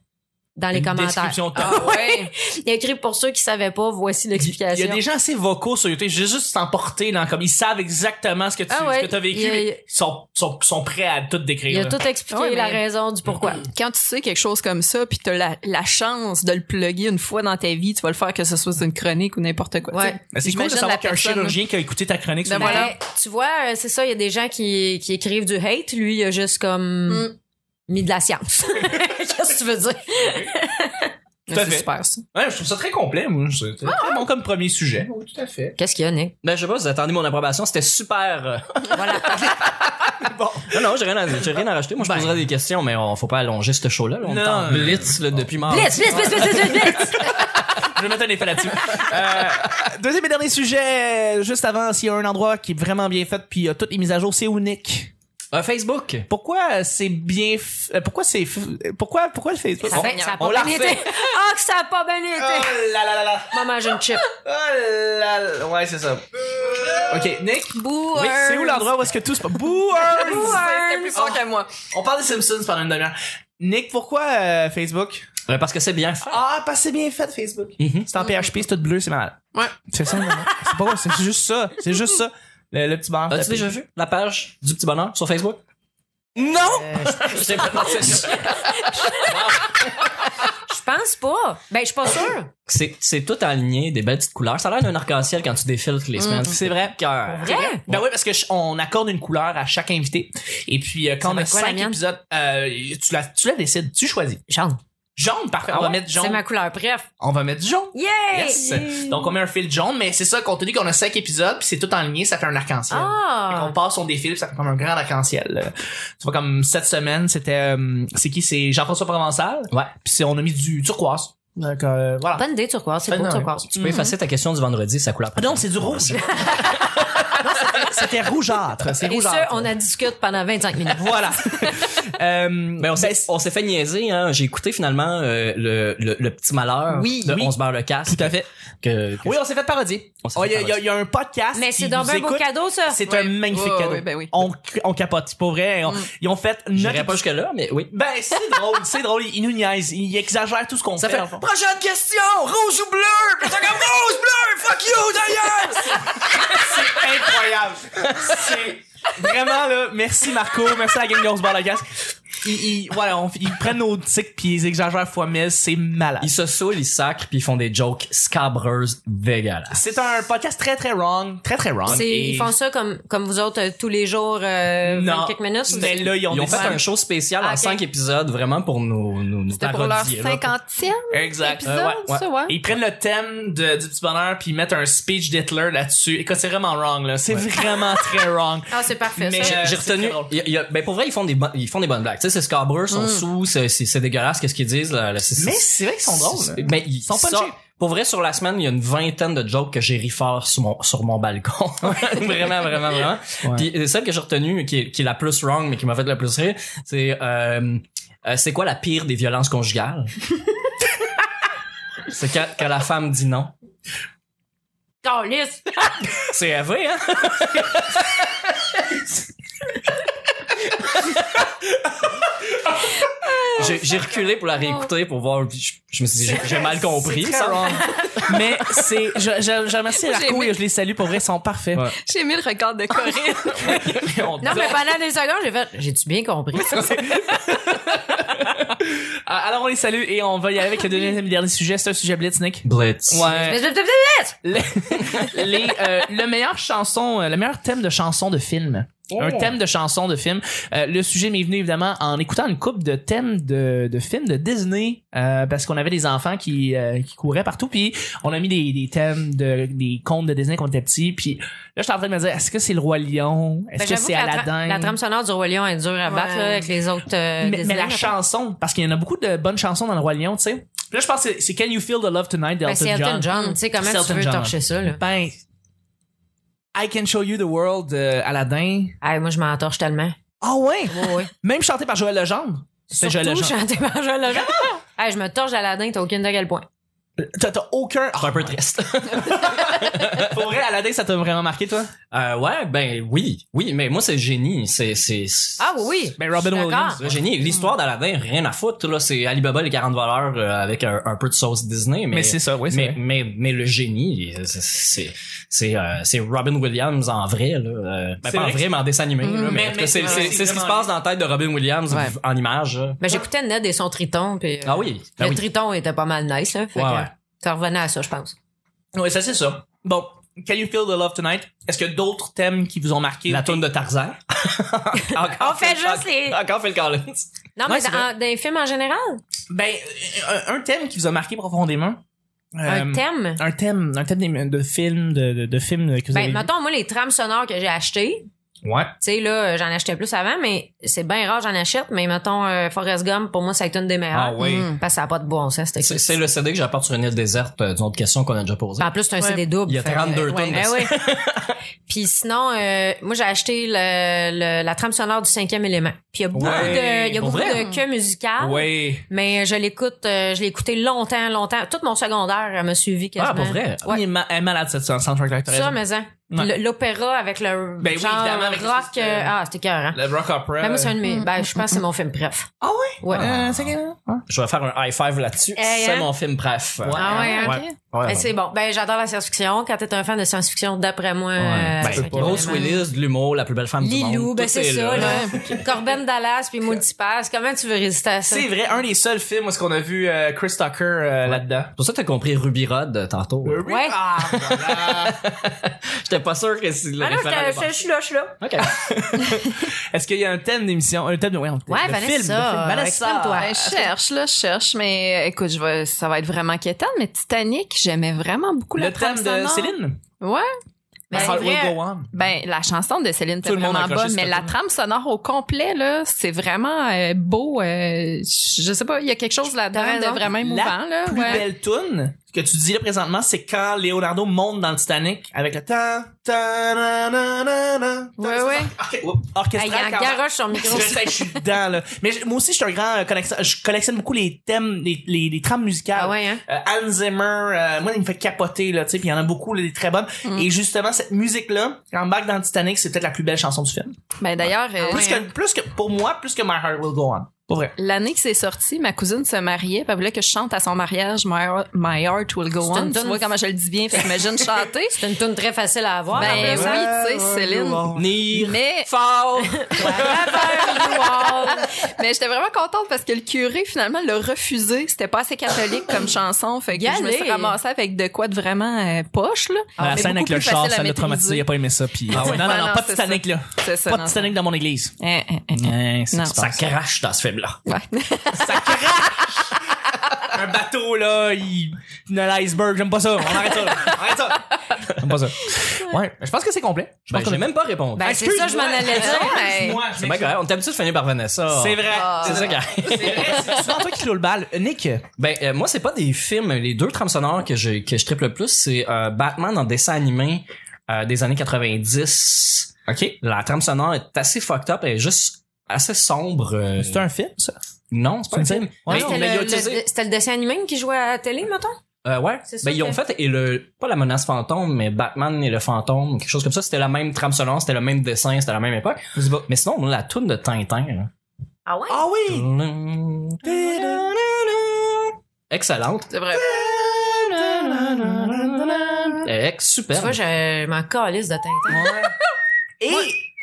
Speaker 2: dans les
Speaker 1: Une
Speaker 2: commentaires.
Speaker 1: description de-
Speaker 4: ah ouais
Speaker 2: Il a écrit pour ceux qui savaient pas, voici
Speaker 1: Il y
Speaker 2: l'explication.
Speaker 1: a des gens assez vocaux sur YouTube. J'ai juste s'emporter dans comme ils savent exactement ce que tu
Speaker 2: Ah ouais,
Speaker 1: ce que t'as vécu.
Speaker 2: il y a-
Speaker 1: Ils sont, sont, sont prêts à tout décrire.
Speaker 2: Il a
Speaker 1: là. Ah
Speaker 2: tout expliqué
Speaker 4: Ouais, mais-
Speaker 2: la raison du pourquoi.
Speaker 4: quand tu sais quelque chose comme ça puis t'as la, la chance de le plugger une fois dans ta vie tu vas le faire que ce soit sur une chronique ou n'importe quoi
Speaker 2: Ouais.
Speaker 4: tu sais.
Speaker 1: Mais c'est cool de
Speaker 4: J'imagine
Speaker 1: savoir
Speaker 4: la
Speaker 1: qu'un
Speaker 4: personne-
Speaker 1: chirurgien qui a écouté ta chronique sur
Speaker 4: Ben voilà.
Speaker 2: Ben, tu vois, euh, c'est ça, il y a des gens qui, qui écrivent du hate. Lui, il a juste comme
Speaker 4: Mm.
Speaker 2: mis de la science. Qu'est-ce que tu veux dire?
Speaker 1: Tout
Speaker 4: Mais
Speaker 1: à
Speaker 4: c'est
Speaker 1: fait.
Speaker 4: super ça
Speaker 1: Ouais, je trouve ça très complet, moi. C'est très bon comme premier sujet. Oui, tout à fait.
Speaker 2: Qu'est-ce qu'il y a, Nick?
Speaker 3: Ben, je sais pas, vous attendez mon approbation, c'était super. euh,
Speaker 2: Voilà.
Speaker 1: Bon.
Speaker 3: Non, non, j'ai rien, à- j'ai rien à rajouter. Moi, je
Speaker 1: Ben.
Speaker 3: poserais des questions, mais on faut pas allonger ce show-là. là. On est en
Speaker 1: Non.
Speaker 3: blitz là, depuis
Speaker 1: Ah,
Speaker 3: mars.
Speaker 2: Blitz, blitz, blitz, blitz, blitz, blitz!
Speaker 1: Je vais mettre un effet là-dessus. Euh, deuxième et dernier sujet, juste avant, s'il y a un endroit qui est vraiment bien fait, puis il y a toutes les mises à jour, c'est unique.
Speaker 3: Euh, Facebook!
Speaker 1: Pourquoi c'est bien, f- euh, pourquoi c'est, f- pourquoi, pourquoi le Facebook?
Speaker 2: Ça, fait- ça a
Speaker 1: on
Speaker 2: pas
Speaker 1: la
Speaker 2: bien été.
Speaker 1: refait. Ah.
Speaker 2: Ah, que ça a pas bien
Speaker 1: Oh
Speaker 2: été!
Speaker 1: là là là là.
Speaker 2: Maman, j'ai une chip.
Speaker 1: Oh là là. Ouais, c'est ça. Ok, Nick.
Speaker 2: Bouh!
Speaker 1: Oui, c'est où l'endroit où est-ce que tout se passe? Booers!
Speaker 4: c'était plus fort qu'à moi
Speaker 1: On parle des Simpsons pendant une demi-heure. Nick, pourquoi euh, Facebook?
Speaker 3: Euh, parce que c'est bien fait.
Speaker 1: Ah, parce que c'est bien fait, Facebook.
Speaker 3: Mhm.
Speaker 1: C'est en PHP, c'est tout bleu, c'est malade.
Speaker 4: Ouais.
Speaker 1: C'est ça, non, non. c'est pas c'est juste ça. C'est juste ça. Le, le petit bar.
Speaker 3: As-tu déjà vu la page du petit bonheur sur Facebook?
Speaker 1: Non!
Speaker 3: J'ai Euh, pas pensé à ça.
Speaker 2: Je pense pas. Ben, je suis pas sûre.
Speaker 3: c'est c'est tout aligné, des belles petites couleurs. Ça a l'air d'un arc-en-ciel quand tu défiles toutes les semaines.
Speaker 1: Mm. C'est vrai.
Speaker 3: Cœur.
Speaker 2: Vrai?
Speaker 1: Ben oui, parce que je- on accorde une couleur à chaque invité. Et puis, euh, quand
Speaker 2: Ça
Speaker 1: on
Speaker 2: va
Speaker 1: a
Speaker 2: être quoi, la
Speaker 1: cinq
Speaker 2: mienne?
Speaker 1: épisodes, euh, tu, la, tu la décides, tu choisis.
Speaker 2: Jaune.
Speaker 1: Jaune, parfait.
Speaker 3: Ah
Speaker 1: on va
Speaker 3: ouais?
Speaker 1: mettre jaune.
Speaker 2: C'est ma couleur préf.
Speaker 1: On va mettre jaune.
Speaker 2: Yay!
Speaker 1: Yes. Donc, on met un fil jaune, mais c'est ça, compte tenu qu'on a cinq épisodes, puis c'est tout en ligne, ça fait un arc-en-ciel.
Speaker 2: Ah!
Speaker 1: On passe, on défile, puis ça fait comme un grand arc-en-ciel. Euh, Tu vois, comme cette semaine, c'était... euh, c'est qui? C'est Jean-François Provençal.
Speaker 3: Ouais.
Speaker 1: Puis c'est- on a mis du turquoise. Donc, euh, voilà.
Speaker 2: Bonne idée, turquoise. C'est
Speaker 1: Ben
Speaker 2: beau,
Speaker 1: non.
Speaker 2: turquoise.
Speaker 3: Tu peux effacer ta question du vendredi, sa couleur.
Speaker 1: Ah Non, c'est du rouge. Non, c'était- c'était rougeâtre. C'est
Speaker 2: Et
Speaker 1: rougeâtre.
Speaker 2: ça, on en discute pendant 25 minutes.
Speaker 1: Voilà. Euh,
Speaker 3: Mais on s'est
Speaker 1: ben, c'est-
Speaker 3: on s'est fait niaiser. Hein. J'ai écouté finalement euh, le, le, le petit malheur
Speaker 1: Oui,
Speaker 3: de
Speaker 1: oui.
Speaker 3: On se barre le casque.
Speaker 1: tout à fait.
Speaker 3: Que, que-
Speaker 1: Oui, on s'est fait parodier.
Speaker 3: On s'est
Speaker 1: Oh,
Speaker 3: fait
Speaker 1: Il y, a- il y a- il y a un podcast.
Speaker 2: Mais c'est
Speaker 1: qui
Speaker 2: donc
Speaker 1: nous
Speaker 2: bien beau
Speaker 1: écoute.
Speaker 2: cadeau, ça.
Speaker 1: C'est
Speaker 4: Ouais.
Speaker 1: un magnifique
Speaker 4: Ouais,
Speaker 1: cadeau.
Speaker 4: ouais, ben oui.
Speaker 1: on, on capote, pour vrai. on-
Speaker 4: Mm.
Speaker 1: Ils ont fait
Speaker 3: J'irai
Speaker 1: notre
Speaker 3: pas jusque là, mais oui.
Speaker 1: Ben, c'est drôle, c'est drôle, ils nous niaisent, ils exagèrent tout ce qu'on
Speaker 3: Ça
Speaker 1: fait.
Speaker 3: fait
Speaker 1: dans le fond.
Speaker 3: prochaine question, rouge ou bleu. Puis t'es comme rouge bleu, fuck you d'ailleurs.
Speaker 1: C'est incroyable. c'est vraiment là, merci Marco, merci à la gang de Bar Casque. Ils, ils- voilà, on- ils prennent nos tics puis ils exagèrent fois mille, c'est malade.
Speaker 3: Ils se saoulent, ils sacrent, puis ils font des jokes scabreuses dégueulasses.
Speaker 1: C'est un podcast très très wrong, très très wrong.
Speaker 2: C'est-
Speaker 1: Et-
Speaker 2: Ils font ça comme, comme vous autres euh, tous les jours, euh,
Speaker 1: Non.
Speaker 2: 20 quelques minutes.
Speaker 1: Mais là, ils ont,
Speaker 3: Ils ont
Speaker 1: des-
Speaker 3: fait un show spécial
Speaker 2: Ah,
Speaker 3: en
Speaker 2: ok.
Speaker 3: cinq épisodes vraiment pour nous, nous, nous
Speaker 4: C'était pour leur
Speaker 3: parodier, là, pour-
Speaker 4: cinquantième
Speaker 1: Exact.
Speaker 4: épisode,
Speaker 3: Euh, ouais, ouais.
Speaker 4: ça, ouais.
Speaker 1: Et Ils prennent le thème de, du petit bonheur puis ils mettent un speech d'Hitler là-dessus. Écoute, c'est vraiment wrong là, c'est vraiment très wrong.
Speaker 2: Ah, c'est parfait.
Speaker 1: Mais
Speaker 2: ça.
Speaker 1: j'ai-
Speaker 3: J'ai
Speaker 1: Euh, c'est
Speaker 3: retenu.
Speaker 1: très drôle. Mm.
Speaker 3: il y a- il y a- ben pour vrai, ils font des, bonnes- ils font des bonnes blagues. Tu sais, c'est scabreux, ils sont sous, c'est- c'est c'est dégueulasse, qu'est-ce qu'ils disent. Là, là, c'est-
Speaker 1: Mais
Speaker 3: c'est-
Speaker 1: c'est vrai qu'ils sont drôles.
Speaker 3: c'est-
Speaker 1: là.
Speaker 3: Mais ils
Speaker 1: sont
Speaker 3: sont
Speaker 1: punchés.
Speaker 3: Pour vrai, sur la semaine, il y a une vingtaine de jokes que j'ai ri fort sur mon, sur mon balcon. vraiment, vraiment, vraiment. Puis euh, celle que j'ai retenue, qui, est- qui est la plus wrong, mais qui m'a fait le plus rire, c'est euh, euh, c'est quoi la pire des violences conjugales? c'est quand, quand la femme dit non.
Speaker 2: Calisse.
Speaker 3: C'est vrai, hein? J'ai j'ai reculé pour la réécouter pour voir. puis Je, je me suis dit, j'ai- j'ai mal compris.
Speaker 1: C'est très
Speaker 3: Ça.
Speaker 1: wrong. Mais c'est, je, je, je remercie
Speaker 4: Moi, j'ai
Speaker 1: Marco
Speaker 4: aimé.
Speaker 1: et je les salue pour vrai, ils sont parfaits.
Speaker 3: Ouais.
Speaker 4: J'ai mis le record de Corinne.
Speaker 1: On
Speaker 2: Non,
Speaker 1: dit-
Speaker 2: mais pendant des secondes, j'ai fait, j'ai-tu bien compris?
Speaker 1: Ah, Alors on les salue et on va y aller avec le deuxième et dernier sujet. C'est un sujet blitz, Nick.
Speaker 3: Blitz.
Speaker 1: Ouais.
Speaker 2: Mais je- je-
Speaker 1: Les, les, euh, le meilleur chanson, euh, le meilleur thème de chanson de film. Un thème de chanson de film. Euh, le sujet m'est venu évidemment en écoutant une coupe de thèmes de, de films de Disney euh, parce qu'on avait des enfants qui, euh, qui couraient partout puis on a mis des, des thèmes de des contes de Disney quand on était petits puis là j'étais en train de me dire est-ce que c'est le roi lion est-ce
Speaker 2: Ben,
Speaker 1: que
Speaker 2: j'avoue
Speaker 1: c'est
Speaker 2: que la tra-
Speaker 1: Aladdin
Speaker 2: La trame sonore du Roi Lion est dure à battre
Speaker 4: Ouais.
Speaker 2: là, avec les autres. euh,
Speaker 1: mais, mais
Speaker 2: Disney,
Speaker 1: la
Speaker 2: là.
Speaker 1: chanson, parce qu'il y en a beaucoup de bonnes chansons dans le Roi Lion, tu sais. Puis Là, je pense que c'est- c'est Can You Feel the Love Tonight
Speaker 2: Ben,
Speaker 1: d'Elton
Speaker 2: c'est Elton
Speaker 1: John.
Speaker 2: John. Tu sais, comment
Speaker 1: C'est
Speaker 2: tu
Speaker 1: Elton
Speaker 2: veux
Speaker 1: John.
Speaker 2: torcher ça, là?
Speaker 1: Ben, I Can Show You the World de Aladdin.
Speaker 2: Ah, moi, je m'en torche tellement.
Speaker 1: Ah ouais!
Speaker 2: Oui, oui.
Speaker 1: Même chanté par Joël Legendre. C'est Joël
Speaker 2: Surtout
Speaker 1: Legendre.
Speaker 2: chanté par Joël Legendre. Ah, je me torche d'Aladin, t'as aucune idée à quel point.
Speaker 1: T'as t'as aucun. ah,
Speaker 3: C'est un peu triste.
Speaker 1: Pour vrai, Aladdin, ça t'a vraiment marqué, toi?
Speaker 3: Euh, ouais, ben oui. Oui, mais moi, c'est le génie. C'est. c'est- c'est-
Speaker 2: Ah oui, oui.
Speaker 1: Ben, Robin
Speaker 2: Je suis
Speaker 1: Williams,
Speaker 2: d'accord.
Speaker 3: Le génie. L'histoire d'Aladin, rien à foutre. là. C'est Alibaba, les 40 valeurs euh, avec un, un peu de sauce Disney. Mais,
Speaker 1: Mais c'est ça, oui, c'est
Speaker 3: mais,
Speaker 1: vrai.
Speaker 3: mais, mais le génie, c'est- c'est c'est euh, c'est Robin Williams en vrai. Là. Euh, ben,
Speaker 1: C'est
Speaker 3: pas en
Speaker 1: vrai que-
Speaker 3: vrai, mais en dessin
Speaker 2: Mm-hmm.
Speaker 3: animé. là,
Speaker 1: Mm.
Speaker 3: mais
Speaker 1: Mais-
Speaker 3: en tout
Speaker 1: mais
Speaker 3: cas, c'est
Speaker 1: c'est-
Speaker 3: c'est-
Speaker 1: c'est
Speaker 3: c'est ce qui se
Speaker 1: vraiment
Speaker 3: passe dans la tête de Robin Williams
Speaker 2: Ouais.
Speaker 3: v- en image. là.
Speaker 2: Ben, j'écoutais Ned et son triton, puis euh,
Speaker 3: Ah oui. ben
Speaker 2: le
Speaker 3: oui.
Speaker 2: triton était pas mal nice, là. Fait
Speaker 3: Ouais,
Speaker 2: que,
Speaker 3: ouais.
Speaker 2: Ça revenait à ça, je pense.
Speaker 1: Ouais, ça, c'est ça. Bon. Can You Feel the Love Tonight? Est-ce qu'il y a d'autres thèmes qui vous ont marqué?
Speaker 3: La toune de Tarzan.
Speaker 2: On
Speaker 3: Encore
Speaker 2: fait
Speaker 3: Phil-
Speaker 2: juste les-
Speaker 3: Encore Phil Collins.
Speaker 2: Non,
Speaker 1: Ouais,
Speaker 2: mais
Speaker 1: c'est
Speaker 2: dans, dans les films en général,
Speaker 1: Ben, euh, un, un thème qui vous a marqué profondément.
Speaker 2: un
Speaker 1: Euh,
Speaker 2: thème.
Speaker 1: Un thème, un thème de, de films, de, de, de films que vous avez
Speaker 2: Ben,
Speaker 1: vu.
Speaker 2: mettons, moi, les trames sonores que j'ai achetées,
Speaker 1: Ouais.
Speaker 2: tu sais, là, euh, j'en achetais plus avant, mais c'est bien rare, j'en achète, mais mettons, euh, Forrest Gump, pour moi, ça a été une des meilleures.
Speaker 3: Ah oui.
Speaker 2: Mm. Parce que ça n'a pas de bon sens, c'était
Speaker 3: C'est c'est le CD que j'apporte sur une île déserte euh, d'une autre question qu'on a déjà posée.
Speaker 2: En plus, c'est un
Speaker 4: Ouais.
Speaker 2: CD double.
Speaker 3: Il y a
Speaker 2: fait que-
Speaker 3: 32 tonnes de
Speaker 2: Ben
Speaker 3: ça.
Speaker 2: oui. Puis sinon, euh, moi, j'ai acheté le, le- la trame sonore du cinquième élément. Puis il y a beaucoup
Speaker 1: Ouais,
Speaker 2: de, il y a
Speaker 1: pour
Speaker 2: beaucoup
Speaker 3: vrai?
Speaker 2: de queues musicales.
Speaker 1: Ouais.
Speaker 2: Mais je l'écoute, euh, je l'ai écouté longtemps, longtemps. Tout mon secondaire euh, m'a suivi quasiment.
Speaker 3: Ah, pour vrai?
Speaker 2: Ouais.
Speaker 1: Il est ma- elle est malade cette soundtrack là, t'as
Speaker 2: Ça,
Speaker 1: raison.
Speaker 2: mais hein.
Speaker 1: Ouais.
Speaker 2: Le- L'opéra avec le
Speaker 1: Ben oui,
Speaker 2: genre
Speaker 1: évidemment, avec
Speaker 2: rock.
Speaker 1: l'espèce de-
Speaker 2: euh, ah, c'était cœur, hein?
Speaker 1: Le rock opera.
Speaker 2: Ben, moi, c'est un de mes. Ben, je pense que c'est mon film, bref.
Speaker 1: Ah
Speaker 2: Ouais.
Speaker 1: Euh, c'est que- hein?
Speaker 3: Je vais faire un high five là-dessus.
Speaker 2: Hey,
Speaker 3: c'est
Speaker 2: hein?
Speaker 3: mon film bref.
Speaker 2: Ah ouais, hein?
Speaker 3: Ouais. Ouais.
Speaker 2: Ben, c'est bon. Ben, j'adore la science-fiction. Quand t'es un fan de science-fiction, d'après moi,
Speaker 3: Ouais.
Speaker 2: euh,
Speaker 3: Ben,
Speaker 2: c'est cinquième
Speaker 3: Bruce
Speaker 2: élément.
Speaker 3: Willis, de l'humour, la plus belle femme du monde.
Speaker 2: Lilou, ben
Speaker 3: tout
Speaker 2: c'est
Speaker 3: est
Speaker 2: ça, là. Corben Dallas puis Multipass, comment tu veux résister à ça?
Speaker 1: C'est vrai, un des seuls films où est-ce qu'on a vu euh, Chris Tucker euh, là-dedans.
Speaker 3: Pour ça, t'as compris Ruby Rod euh, tantôt.
Speaker 2: Ouais.
Speaker 1: Ah, voilà.
Speaker 3: J'étais pas sûr que c'est le
Speaker 2: Ah non,
Speaker 3: référent
Speaker 2: je,
Speaker 3: de base.
Speaker 2: je- je suis là, je suis là.
Speaker 3: Ok.
Speaker 1: Est-ce qu'il y a un thème d'émission, un thème de ouais, un thème
Speaker 2: Ouais,
Speaker 1: de
Speaker 2: Vanessa,
Speaker 1: film, de film.
Speaker 2: euh,
Speaker 1: Vanessa.
Speaker 2: exprime-toi.
Speaker 4: Ben, je cherche, là, je cherche, mais écoute, je vais, ça va être vraiment inquiétant, mais Titanic, j'aimais vraiment beaucoup la
Speaker 1: Le thème
Speaker 4: trame
Speaker 1: de
Speaker 4: sonore.
Speaker 1: Céline.
Speaker 4: Ouais.
Speaker 2: Mais
Speaker 1: How
Speaker 2: c'est
Speaker 1: It Will
Speaker 2: vrai.
Speaker 1: Go On.
Speaker 4: Ben, la chanson de Céline,
Speaker 1: Tout
Speaker 4: c'est
Speaker 1: le monde a
Speaker 4: vraiment
Speaker 1: accroché
Speaker 4: bonne,
Speaker 1: sur
Speaker 4: mais
Speaker 1: le
Speaker 4: la
Speaker 1: thème.
Speaker 4: trame sonore au complet, là, c'est vraiment euh, beau. euh, je je sais pas, il y a quelque chose
Speaker 2: T'as
Speaker 4: là-dedans de
Speaker 2: raison.
Speaker 4: vraiment émouvant, là.
Speaker 1: Plus
Speaker 4: ouais.
Speaker 1: belle tune que tu dis là présentement, c'est quand Leonardo monte dans le Titanic avec le ta ta na na na na.
Speaker 2: Ouais, ouais.
Speaker 1: Ok, oups, Orchestral.
Speaker 2: Hey, il y a un
Speaker 1: quand même.
Speaker 2: garoche sur le micro.
Speaker 1: Je sais, je suis dedans, là. Mais je- moi aussi, je suis un grand euh, collectionneur. Je collectionne beaucoup les thèmes, les, les, les trames musicales.
Speaker 2: Ah ouais, hein?
Speaker 1: Euh, Hans Zimmer, euh, moi, il me fait capoter, là, tu sais, puis il y en a beaucoup, là, des très bonnes.
Speaker 4: Mm.
Speaker 1: Et justement, cette musique-là, en back dans Titanic, c'est peut-être la plus belle chanson du film.
Speaker 4: Ben d'ailleurs, euh,
Speaker 1: Plus, que, plus que, pour moi, plus que My Heart Will Go On. Pour vrai.
Speaker 4: l'année que c'est sorti, ma cousine se mariait, puis elle voulait que je chante à son mariage My, Heart- My Heart Will Go
Speaker 2: C'est une
Speaker 4: On. Tu
Speaker 2: tonne-
Speaker 4: vois comment je le dis bien, fait j'imagine chanter.
Speaker 2: C'est une tune très facile à avoir.
Speaker 4: Ben,
Speaker 2: en
Speaker 4: oui,
Speaker 2: plus,
Speaker 4: tu
Speaker 2: hein?
Speaker 4: sais,
Speaker 1: Ouais,
Speaker 4: Céline.
Speaker 1: ouais,
Speaker 3: Nire.
Speaker 4: Mais
Speaker 1: Fort!
Speaker 4: Mais j'étais vraiment contente parce que le curé, finalement, l'a refusé. C'était pas assez catholique comme chanson. Fait que
Speaker 2: Y
Speaker 4: je me suis
Speaker 2: aller.
Speaker 4: ramassée avec de quoi de vraiment euh, poche, là.
Speaker 1: Ah, la
Speaker 4: Mais
Speaker 1: scène
Speaker 4: beaucoup
Speaker 1: avec le
Speaker 4: plus
Speaker 1: char,
Speaker 4: facile à
Speaker 1: ça l'a traumatisé, il
Speaker 4: maîtriser.
Speaker 1: a pas aimé ça. Puis,
Speaker 3: Ah ouais.
Speaker 1: non, non,
Speaker 4: Ouais,
Speaker 1: non,
Speaker 4: non,
Speaker 1: pas de
Speaker 4: c'est
Speaker 1: Titanic, là.
Speaker 4: C'est ça,
Speaker 1: Pas
Speaker 4: non.
Speaker 1: de Titanic dans mon église.
Speaker 4: Hein, hein, hein.
Speaker 1: Ouais, c'est
Speaker 4: Non.
Speaker 1: ce qui se
Speaker 3: Ça
Speaker 1: passe.
Speaker 3: crache dans ce film-là.
Speaker 4: Ouais.
Speaker 1: ça crache. Un bateau, là, il... une iceberg, j'aime pas ça. On arrête ça. là. On arrête ça. J'aime pas ça. Ouais, je pense que c'est complet. Je
Speaker 3: Ben,
Speaker 1: pense
Speaker 3: je
Speaker 1: qu'on
Speaker 3: n'ai même pas répondu.
Speaker 2: Ben, c'est ça, je m'en allais dire.
Speaker 1: Excuse-moi, je
Speaker 3: c'est bien
Speaker 1: m'excuse.
Speaker 3: correct. On est habitué de finir par Vanessa.
Speaker 1: C'est vrai.
Speaker 2: Ah.
Speaker 3: C'est ça, gars.
Speaker 1: C'est vrai. C'est souvent toi qui clôt le bal. Euh, Nick,
Speaker 3: Ben euh, moi c'est pas des films, les deux trames sonores que je que je triple le plus c'est euh, Batman en dessin animé euh, des années 90.
Speaker 1: OK.
Speaker 3: La trame sonore est assez fucked up, elle est juste assez sombre. euh,
Speaker 1: c'est un film, ça?
Speaker 3: Non, c'est pas un
Speaker 1: c'est-
Speaker 3: film.
Speaker 1: Ouais,
Speaker 3: Mais-
Speaker 1: non,
Speaker 2: C'était
Speaker 3: mais il a
Speaker 2: le,
Speaker 3: utilisé-
Speaker 2: le- c'était le dessin animé qui jouait à la télé, mettons?
Speaker 3: Euh, ouais.
Speaker 2: C'est ça
Speaker 3: Ben, ils ont
Speaker 2: que-
Speaker 3: fait, et le, pas la menace fantôme, mais Batman et le fantôme, quelque chose comme ça. C'était la même trame sonore, c'était le même dessin, c'était la même époque. Mais sinon, la toune de Tintin, là.
Speaker 2: Ah ouais?
Speaker 1: Ah oui!
Speaker 3: Excellente.
Speaker 4: C'est vrai.
Speaker 3: Eh, super.
Speaker 2: Tu vois, je m'en calisse de Tintin.
Speaker 1: Et,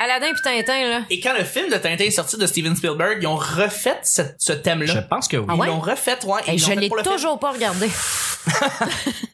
Speaker 2: Aladdin puis Tintin, là.
Speaker 1: et quand le film de Tintin est sorti de Steven Spielberg, ils ont refait cette- ce
Speaker 3: Je
Speaker 1: thème-là.
Speaker 3: pense que oui.
Speaker 2: Ah ouais?
Speaker 1: Ils l'ont refait, ouais.
Speaker 2: Hey,
Speaker 1: ils
Speaker 2: je
Speaker 1: l'ont fait
Speaker 2: l'ai
Speaker 1: pour le film.
Speaker 2: toujours pas regardé.
Speaker 3: Ah,
Speaker 1: Oh,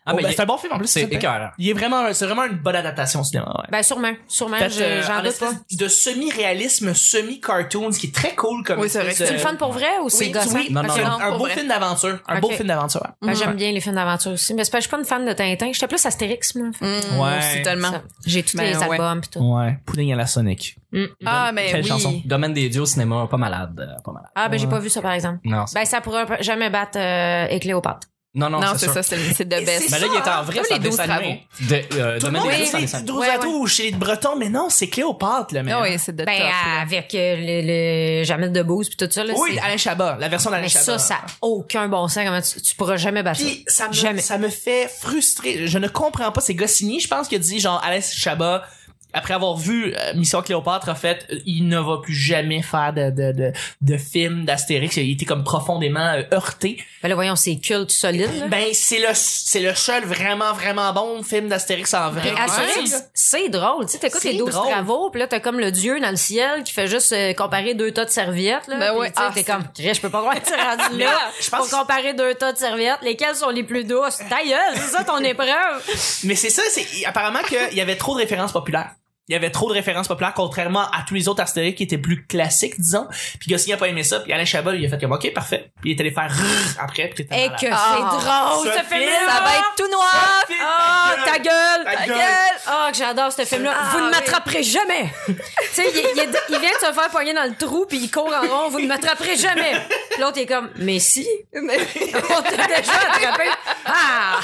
Speaker 3: ben,
Speaker 1: ben,
Speaker 3: il-
Speaker 1: c'est un bon film en plus.
Speaker 3: c'est
Speaker 1: Tintin.
Speaker 3: écœurant.
Speaker 1: Il est vraiment, c'est vraiment une bonne adaptation au cinéma. Ouais.
Speaker 2: Ben, sûrement. Sûrement,
Speaker 1: Fait,
Speaker 2: je-
Speaker 1: euh,
Speaker 2: j'en
Speaker 1: un
Speaker 2: doute
Speaker 1: espèce
Speaker 2: Ah, pas.
Speaker 1: De semi-réalisme, semi-cartoon, ce qui est très cool comme
Speaker 4: Oui, c'est vrai.
Speaker 1: espèce
Speaker 2: C'est
Speaker 1: de-
Speaker 2: le fun pour vrai ou c'est
Speaker 1: oui,
Speaker 2: gossant?
Speaker 1: oui,
Speaker 3: Non,
Speaker 2: Ok,
Speaker 3: non, non.
Speaker 1: un
Speaker 4: pour
Speaker 1: beau
Speaker 4: vrai.
Speaker 1: film d'aventure. Un
Speaker 2: Ok.
Speaker 1: beau film d'aventure. ouais.
Speaker 2: Ben, J'aime bien les films d'aventure aussi. Mais c'est pas, je suis pas une fan de Tintin. J'étais plus Astérix, moi. Fait
Speaker 4: Mm,
Speaker 1: Ouais.
Speaker 4: moi aussi,
Speaker 2: que
Speaker 4: tellement.
Speaker 2: ça, J'ai tous
Speaker 4: Ben,
Speaker 2: les
Speaker 4: ouais.
Speaker 2: albums pis tout.
Speaker 1: Ouais, Pudding à la Sonic.
Speaker 2: Mm.
Speaker 4: Ah, mais
Speaker 1: Quelle
Speaker 4: oui.
Speaker 1: chanson?
Speaker 3: Domaine des dieux au cinéma, pas malade. euh, Pas malade.
Speaker 2: Ah, ben, j'ai pas vu ça, par exemple.
Speaker 3: Non, c'est-
Speaker 2: Ben, ça pourra jamais battre euh, et Cléopâtre.
Speaker 3: non, non,
Speaker 4: Non,
Speaker 3: c'est
Speaker 4: c'est
Speaker 3: sûr.
Speaker 4: ça, c'est le- c'est de best. Ah
Speaker 3: Mais là, il est en vrai,
Speaker 4: Comme
Speaker 3: c'est un
Speaker 4: les douze
Speaker 3: dessin animé. De- euh,
Speaker 1: Tout le
Speaker 3: Domaine
Speaker 1: monde
Speaker 3: des dieux,
Speaker 1: dit
Speaker 3: c'est un
Speaker 1: oui,
Speaker 3: dessin animé.
Speaker 2: Ouais,
Speaker 1: Drozato ou chez les Bretons, mais non, c'est Cléopâtre, le meilleur.
Speaker 4: Ah oui, c'est de
Speaker 2: Ben,
Speaker 4: top. là.
Speaker 2: avec euh, le, le Jamel Debbouze pis tout ça, là.
Speaker 1: Oui,
Speaker 2: c'est-
Speaker 1: Alain Chabat, la version
Speaker 4: Ben,
Speaker 1: d'Alain
Speaker 2: Mais
Speaker 1: Chabat.
Speaker 2: ça, ça a aucun bon sens. Comment tu, tu pourras jamais battre
Speaker 1: Puis
Speaker 2: ça.
Speaker 1: ça me,
Speaker 2: Jamais.
Speaker 1: ça me fait frustrer. Je ne comprends pas. C'est Goscinny, je pense, qui a dit, genre, Alain Chabat, après avoir vu euh, Mission Cléopâtre, en fait, euh, il ne va plus jamais faire de, de, de, de film d'Astérix. Il était comme profondément euh, heurté.
Speaker 2: Ben là, voyons, c'est culte solide. là.
Speaker 1: Ben, c'est le, c'est le seul vraiment, vraiment bon film d'Astérix en vrai.
Speaker 2: Puis Astérix,
Speaker 1: Ouais.
Speaker 2: c'est drôle. Tu sais, t'écoutes
Speaker 1: C'est
Speaker 2: les 12
Speaker 1: drôle.
Speaker 2: travaux, puis là, t'as comme le dieu dans le ciel qui fait juste euh, comparer deux tas de serviettes. Là,
Speaker 4: Ben
Speaker 2: Puis,
Speaker 4: ouais,
Speaker 2: tu sais,
Speaker 4: ah,
Speaker 2: t'es
Speaker 4: c'est-
Speaker 2: comme, Chris, je peux pas croire que tu es rendu là.
Speaker 1: Je pense
Speaker 2: pour comparer deux tas de serviettes, lesquelles sont les plus douces? Ta gueule, c'est ça ton épreuve?
Speaker 1: Mais c'est ça, c'est apparemment qu'il y avait trop de références populaires. Il y avait trop de références populaires, contrairement à tous les autres Astérix qui étaient plus classiques, disons. Puis Goscinny a pas aimé ça, puis Alain Chabat, il a fait comme, OK, parfait. Puis il est allé faire Rrr après, puis t'étais
Speaker 2: Et
Speaker 1: malade.
Speaker 2: que
Speaker 4: Ah,
Speaker 2: c'est drôle,
Speaker 1: ce
Speaker 2: ce film-là!
Speaker 4: Ça va être tout noir.
Speaker 1: Sophie,
Speaker 2: Ah,
Speaker 1: ta
Speaker 2: ta gueule!
Speaker 1: Ta
Speaker 2: Ta
Speaker 1: gueule.
Speaker 2: gueule! Ah, que j'adore ce film-là.
Speaker 4: Ah,
Speaker 2: vous ne
Speaker 4: oui.
Speaker 2: m'attraperez jamais! tu sais, il, il- il vient de se faire poigner dans le trou, puis il court en rond. Vous ne m'attraperez jamais! Puis L'autre est comme, mais si, on t'a déjà attrapé. Ah!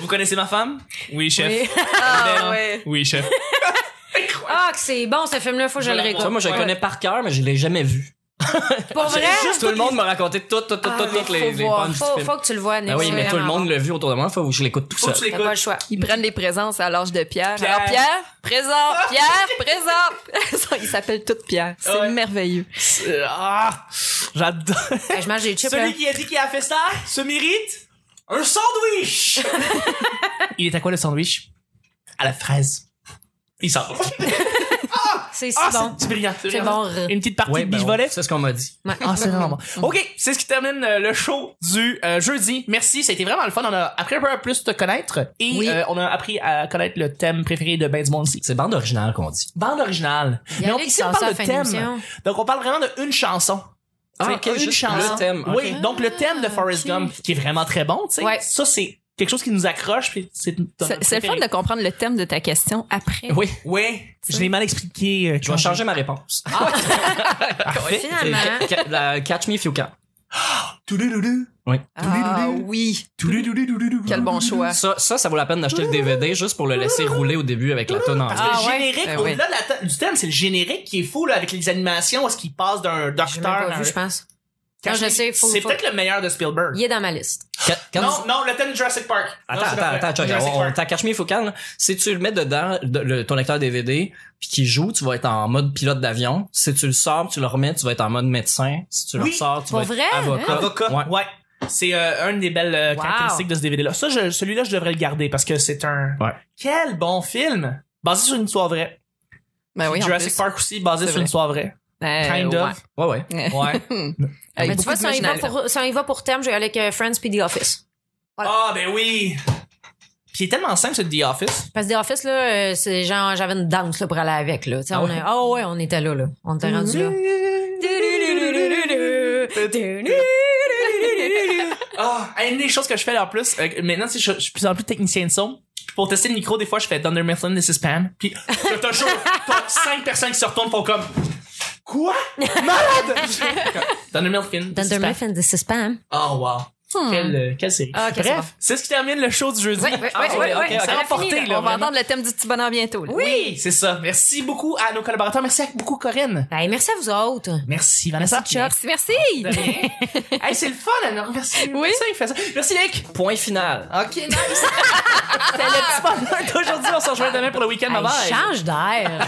Speaker 1: Vous connaissez ma femme? Oui, chef.
Speaker 2: Oui.
Speaker 1: ben,
Speaker 4: Ah, ouais.
Speaker 1: Oui, chef.
Speaker 2: Ah, que c'est bon ce film-là, faut que je le
Speaker 1: Voilà.
Speaker 3: Ça,
Speaker 2: réécoute.
Speaker 3: moi, je le connais par cœur, mais je l'ai jamais vu.
Speaker 2: Pour vrai?
Speaker 3: Juste tout le monde m'a raconté tout, tout, tout, tout,
Speaker 2: Ah,
Speaker 3: toutes
Speaker 2: faut
Speaker 3: les, les
Speaker 2: voir.
Speaker 3: punches du
Speaker 2: Faut,
Speaker 3: film.
Speaker 2: faut que tu le vois, Nick.
Speaker 3: Ah oui,
Speaker 2: c'est
Speaker 3: mais tout le
Speaker 2: vraiment
Speaker 3: monde
Speaker 2: bon.
Speaker 3: le vit autour de moi, faut que je l'écoute tout
Speaker 1: Faut
Speaker 3: seul.
Speaker 1: que tu
Speaker 2: T'as pas le choix.
Speaker 4: Ils prennent les présences à l'âge de Pierre.
Speaker 1: Pierre. Ah.
Speaker 4: Alors Pierre, présent, Pierre, présent. Ils s'appellent tous Pierre. C'est
Speaker 1: Ouais.
Speaker 4: merveilleux.
Speaker 1: Euh, Ah! J'adore.
Speaker 2: Hey, Je mange des chips, là.
Speaker 1: Celui qui a dit qu'il a fait ça se mérite un sandwich! il est à quoi le sandwich? À la fraise. Il s'en va.
Speaker 2: C'est si
Speaker 1: Ah,
Speaker 2: bon.
Speaker 1: c'est brillant.
Speaker 2: C'est
Speaker 1: brillant.
Speaker 2: bon.
Speaker 1: Une petite partie
Speaker 3: Ouais,
Speaker 1: de
Speaker 3: ben,
Speaker 1: beach volley.
Speaker 3: C'est ce qu'on m'a dit.
Speaker 1: Ah, c'est vraiment bon. OK, c'est ce qui termine euh, le show du euh, jeudi. Merci, ça a été vraiment le fun. On a appris un peu plus te connaître et
Speaker 2: Oui.
Speaker 1: euh, on a appris à connaître le thème préféré de Ben du Monde ici.
Speaker 3: C'est bande originale qu'on dit.
Speaker 1: Bande originale.
Speaker 2: Il y
Speaker 1: Mais
Speaker 2: en
Speaker 1: on,
Speaker 2: a qui
Speaker 1: ici, on
Speaker 2: sont ça
Speaker 1: parle
Speaker 2: à la
Speaker 1: de
Speaker 2: fin
Speaker 1: thème.
Speaker 2: d'émission.
Speaker 1: Donc, on parle vraiment de une chanson.
Speaker 3: Ah,
Speaker 1: C'est
Speaker 3: ok, juste le thème.
Speaker 1: Oui,
Speaker 3: Ok.
Speaker 1: donc le thème de Forrest
Speaker 2: Ah, ok.
Speaker 1: Gump, qui est vraiment très bon, tu sais.
Speaker 2: Ouais.
Speaker 1: Ça, c'est quelque chose qui nous accroche. puis C'est
Speaker 4: C'est c'est le fun de comprendre le thème de ta question après.
Speaker 3: Oui.
Speaker 1: Oui, je l'ai mal expliqué. euh,
Speaker 3: Je vais changer ma réponse.
Speaker 1: Parfait.
Speaker 2: Finalement.
Speaker 3: C'est ca- la Catch me if you can.
Speaker 1: Toulouloulou.
Speaker 3: Oui.
Speaker 4: Ah oui,
Speaker 1: Toulouloulou.
Speaker 4: quel bon choix.
Speaker 3: Ça, ça, ça vaut la peine d'acheter le DVD juste pour le laisser rouler au début avec la tonne en
Speaker 1: Parce
Speaker 4: Ah
Speaker 1: que le
Speaker 4: ouais?
Speaker 1: générique,
Speaker 4: Ben
Speaker 1: au-delà de la ta- du thème, c'est le générique qui est fou là, avec les animations, est-ce qu'il passe d'un
Speaker 2: J'ai
Speaker 1: docteur
Speaker 2: même
Speaker 1: à
Speaker 2: pas
Speaker 1: un-
Speaker 2: vu, je pense.
Speaker 1: Quand
Speaker 2: Non, je sais, faut-
Speaker 1: euh, C'est
Speaker 2: faut-
Speaker 1: peut-être le meilleur de Spielberg.
Speaker 2: Il est dans ma liste.
Speaker 3: Quand- quand-
Speaker 1: Non, non, le thème de Jurassic Park. Non,
Speaker 3: Attends,
Speaker 1: c'est pas
Speaker 3: attends,
Speaker 1: vrai.
Speaker 3: attends, Chuck,
Speaker 1: Jurassic
Speaker 3: on- on-
Speaker 1: Park.
Speaker 3: t'as Cachemire Foucan, là. si tu le mets dedans, de- le- ton lecteur DVD, puis qu'il joue, tu vas être en mode pilote d'avion. Si tu le sors, tu le remets, tu vas être en mode médecin. Si tu le
Speaker 1: Oui,
Speaker 3: ressors, tu
Speaker 2: pour
Speaker 3: vas être
Speaker 2: vrai, hein?
Speaker 3: avocat.
Speaker 1: Avocat.
Speaker 3: Ouais.
Speaker 1: Ouais. C'est euh, une des belles euh,
Speaker 2: Wow.
Speaker 1: caractéristiques de ce DVD-là. Ça, je- celui-là, je devrais le garder parce que c'est un.
Speaker 3: Ouais.
Speaker 1: Quel bon film! Basé sur une histoire vraie.
Speaker 4: Ben oui, en
Speaker 1: Mm-hmm. Jurassic
Speaker 4: plus.
Speaker 1: Park aussi, basé
Speaker 4: C'est
Speaker 1: sur une
Speaker 4: vrai.
Speaker 1: histoire vraie.
Speaker 4: Euh,
Speaker 1: Kind of.
Speaker 3: Ouais, ouais.
Speaker 4: ouais. Ah,
Speaker 3: Ouais.
Speaker 2: Mais
Speaker 4: Avec
Speaker 2: tu
Speaker 4: beaucoup
Speaker 2: vois, si on, y va
Speaker 4: d'originalité.
Speaker 2: pour, si on y va pour thème, je vais aller avec euh, Friends puis The Office. Voilà.
Speaker 1: Ah, ben oui! Puis il est tellement simple, ce The Office.
Speaker 2: Parce que The Office, là, euh, c'est genre, j'avais une danse là, pour aller avec. Là. Tu sais,
Speaker 3: Ah
Speaker 2: on
Speaker 3: ouais?
Speaker 2: est- Ah ouais? on était là. là. On
Speaker 1: Mm-hmm.
Speaker 2: était rendu là.
Speaker 1: Ah, une des choses que je fais en plus, euh, maintenant, c'est que je, je suis de plus en plus technicien de son. Puis Pour tester le micro, des fois, je fais Thunder Mifflin, this is Pam. Puis, je te jure, t'as cinq personnes qui se retournent font comme, quoi? Malade! Thunder Mifflin, this is
Speaker 2: Thunder
Speaker 1: Pam.
Speaker 2: Miffin, this is Spam.
Speaker 1: Oh, wow. Quelle, euh, quelle série.
Speaker 2: Ah, ok, c'est bon.
Speaker 1: Bref, c'est ce qui termine le show du jeudi.
Speaker 2: Ouais, ouais,
Speaker 1: Ah,
Speaker 2: ouais,
Speaker 1: ok,
Speaker 2: ouais,
Speaker 1: ok,
Speaker 2: ouais,
Speaker 1: ok.
Speaker 2: ça
Speaker 1: Ça
Speaker 2: l'a
Speaker 1: va
Speaker 2: fini,
Speaker 1: porter,
Speaker 2: là.
Speaker 1: là,
Speaker 4: On va
Speaker 1: vraiment.
Speaker 4: entendre le thème du petit bonheur bientôt. là.
Speaker 1: Oui, c'est ça. Merci beaucoup à nos collaborateurs. Merci à- beaucoup, Corinne.
Speaker 2: Ben, merci à vous autres.
Speaker 1: Merci, Vanessa.
Speaker 4: Merci, merci.
Speaker 1: De rien. hey, c'est le fun, alors. Merci.
Speaker 4: Oui.
Speaker 1: Merci, il fait ça. Merci, Nick.
Speaker 3: Point final.
Speaker 1: OK, nice. C'était le petit bonheur d'aujourd'hui. On se rejoint demain pour le week-end. Bye
Speaker 2: Hey,
Speaker 1: bye.
Speaker 2: change d'air.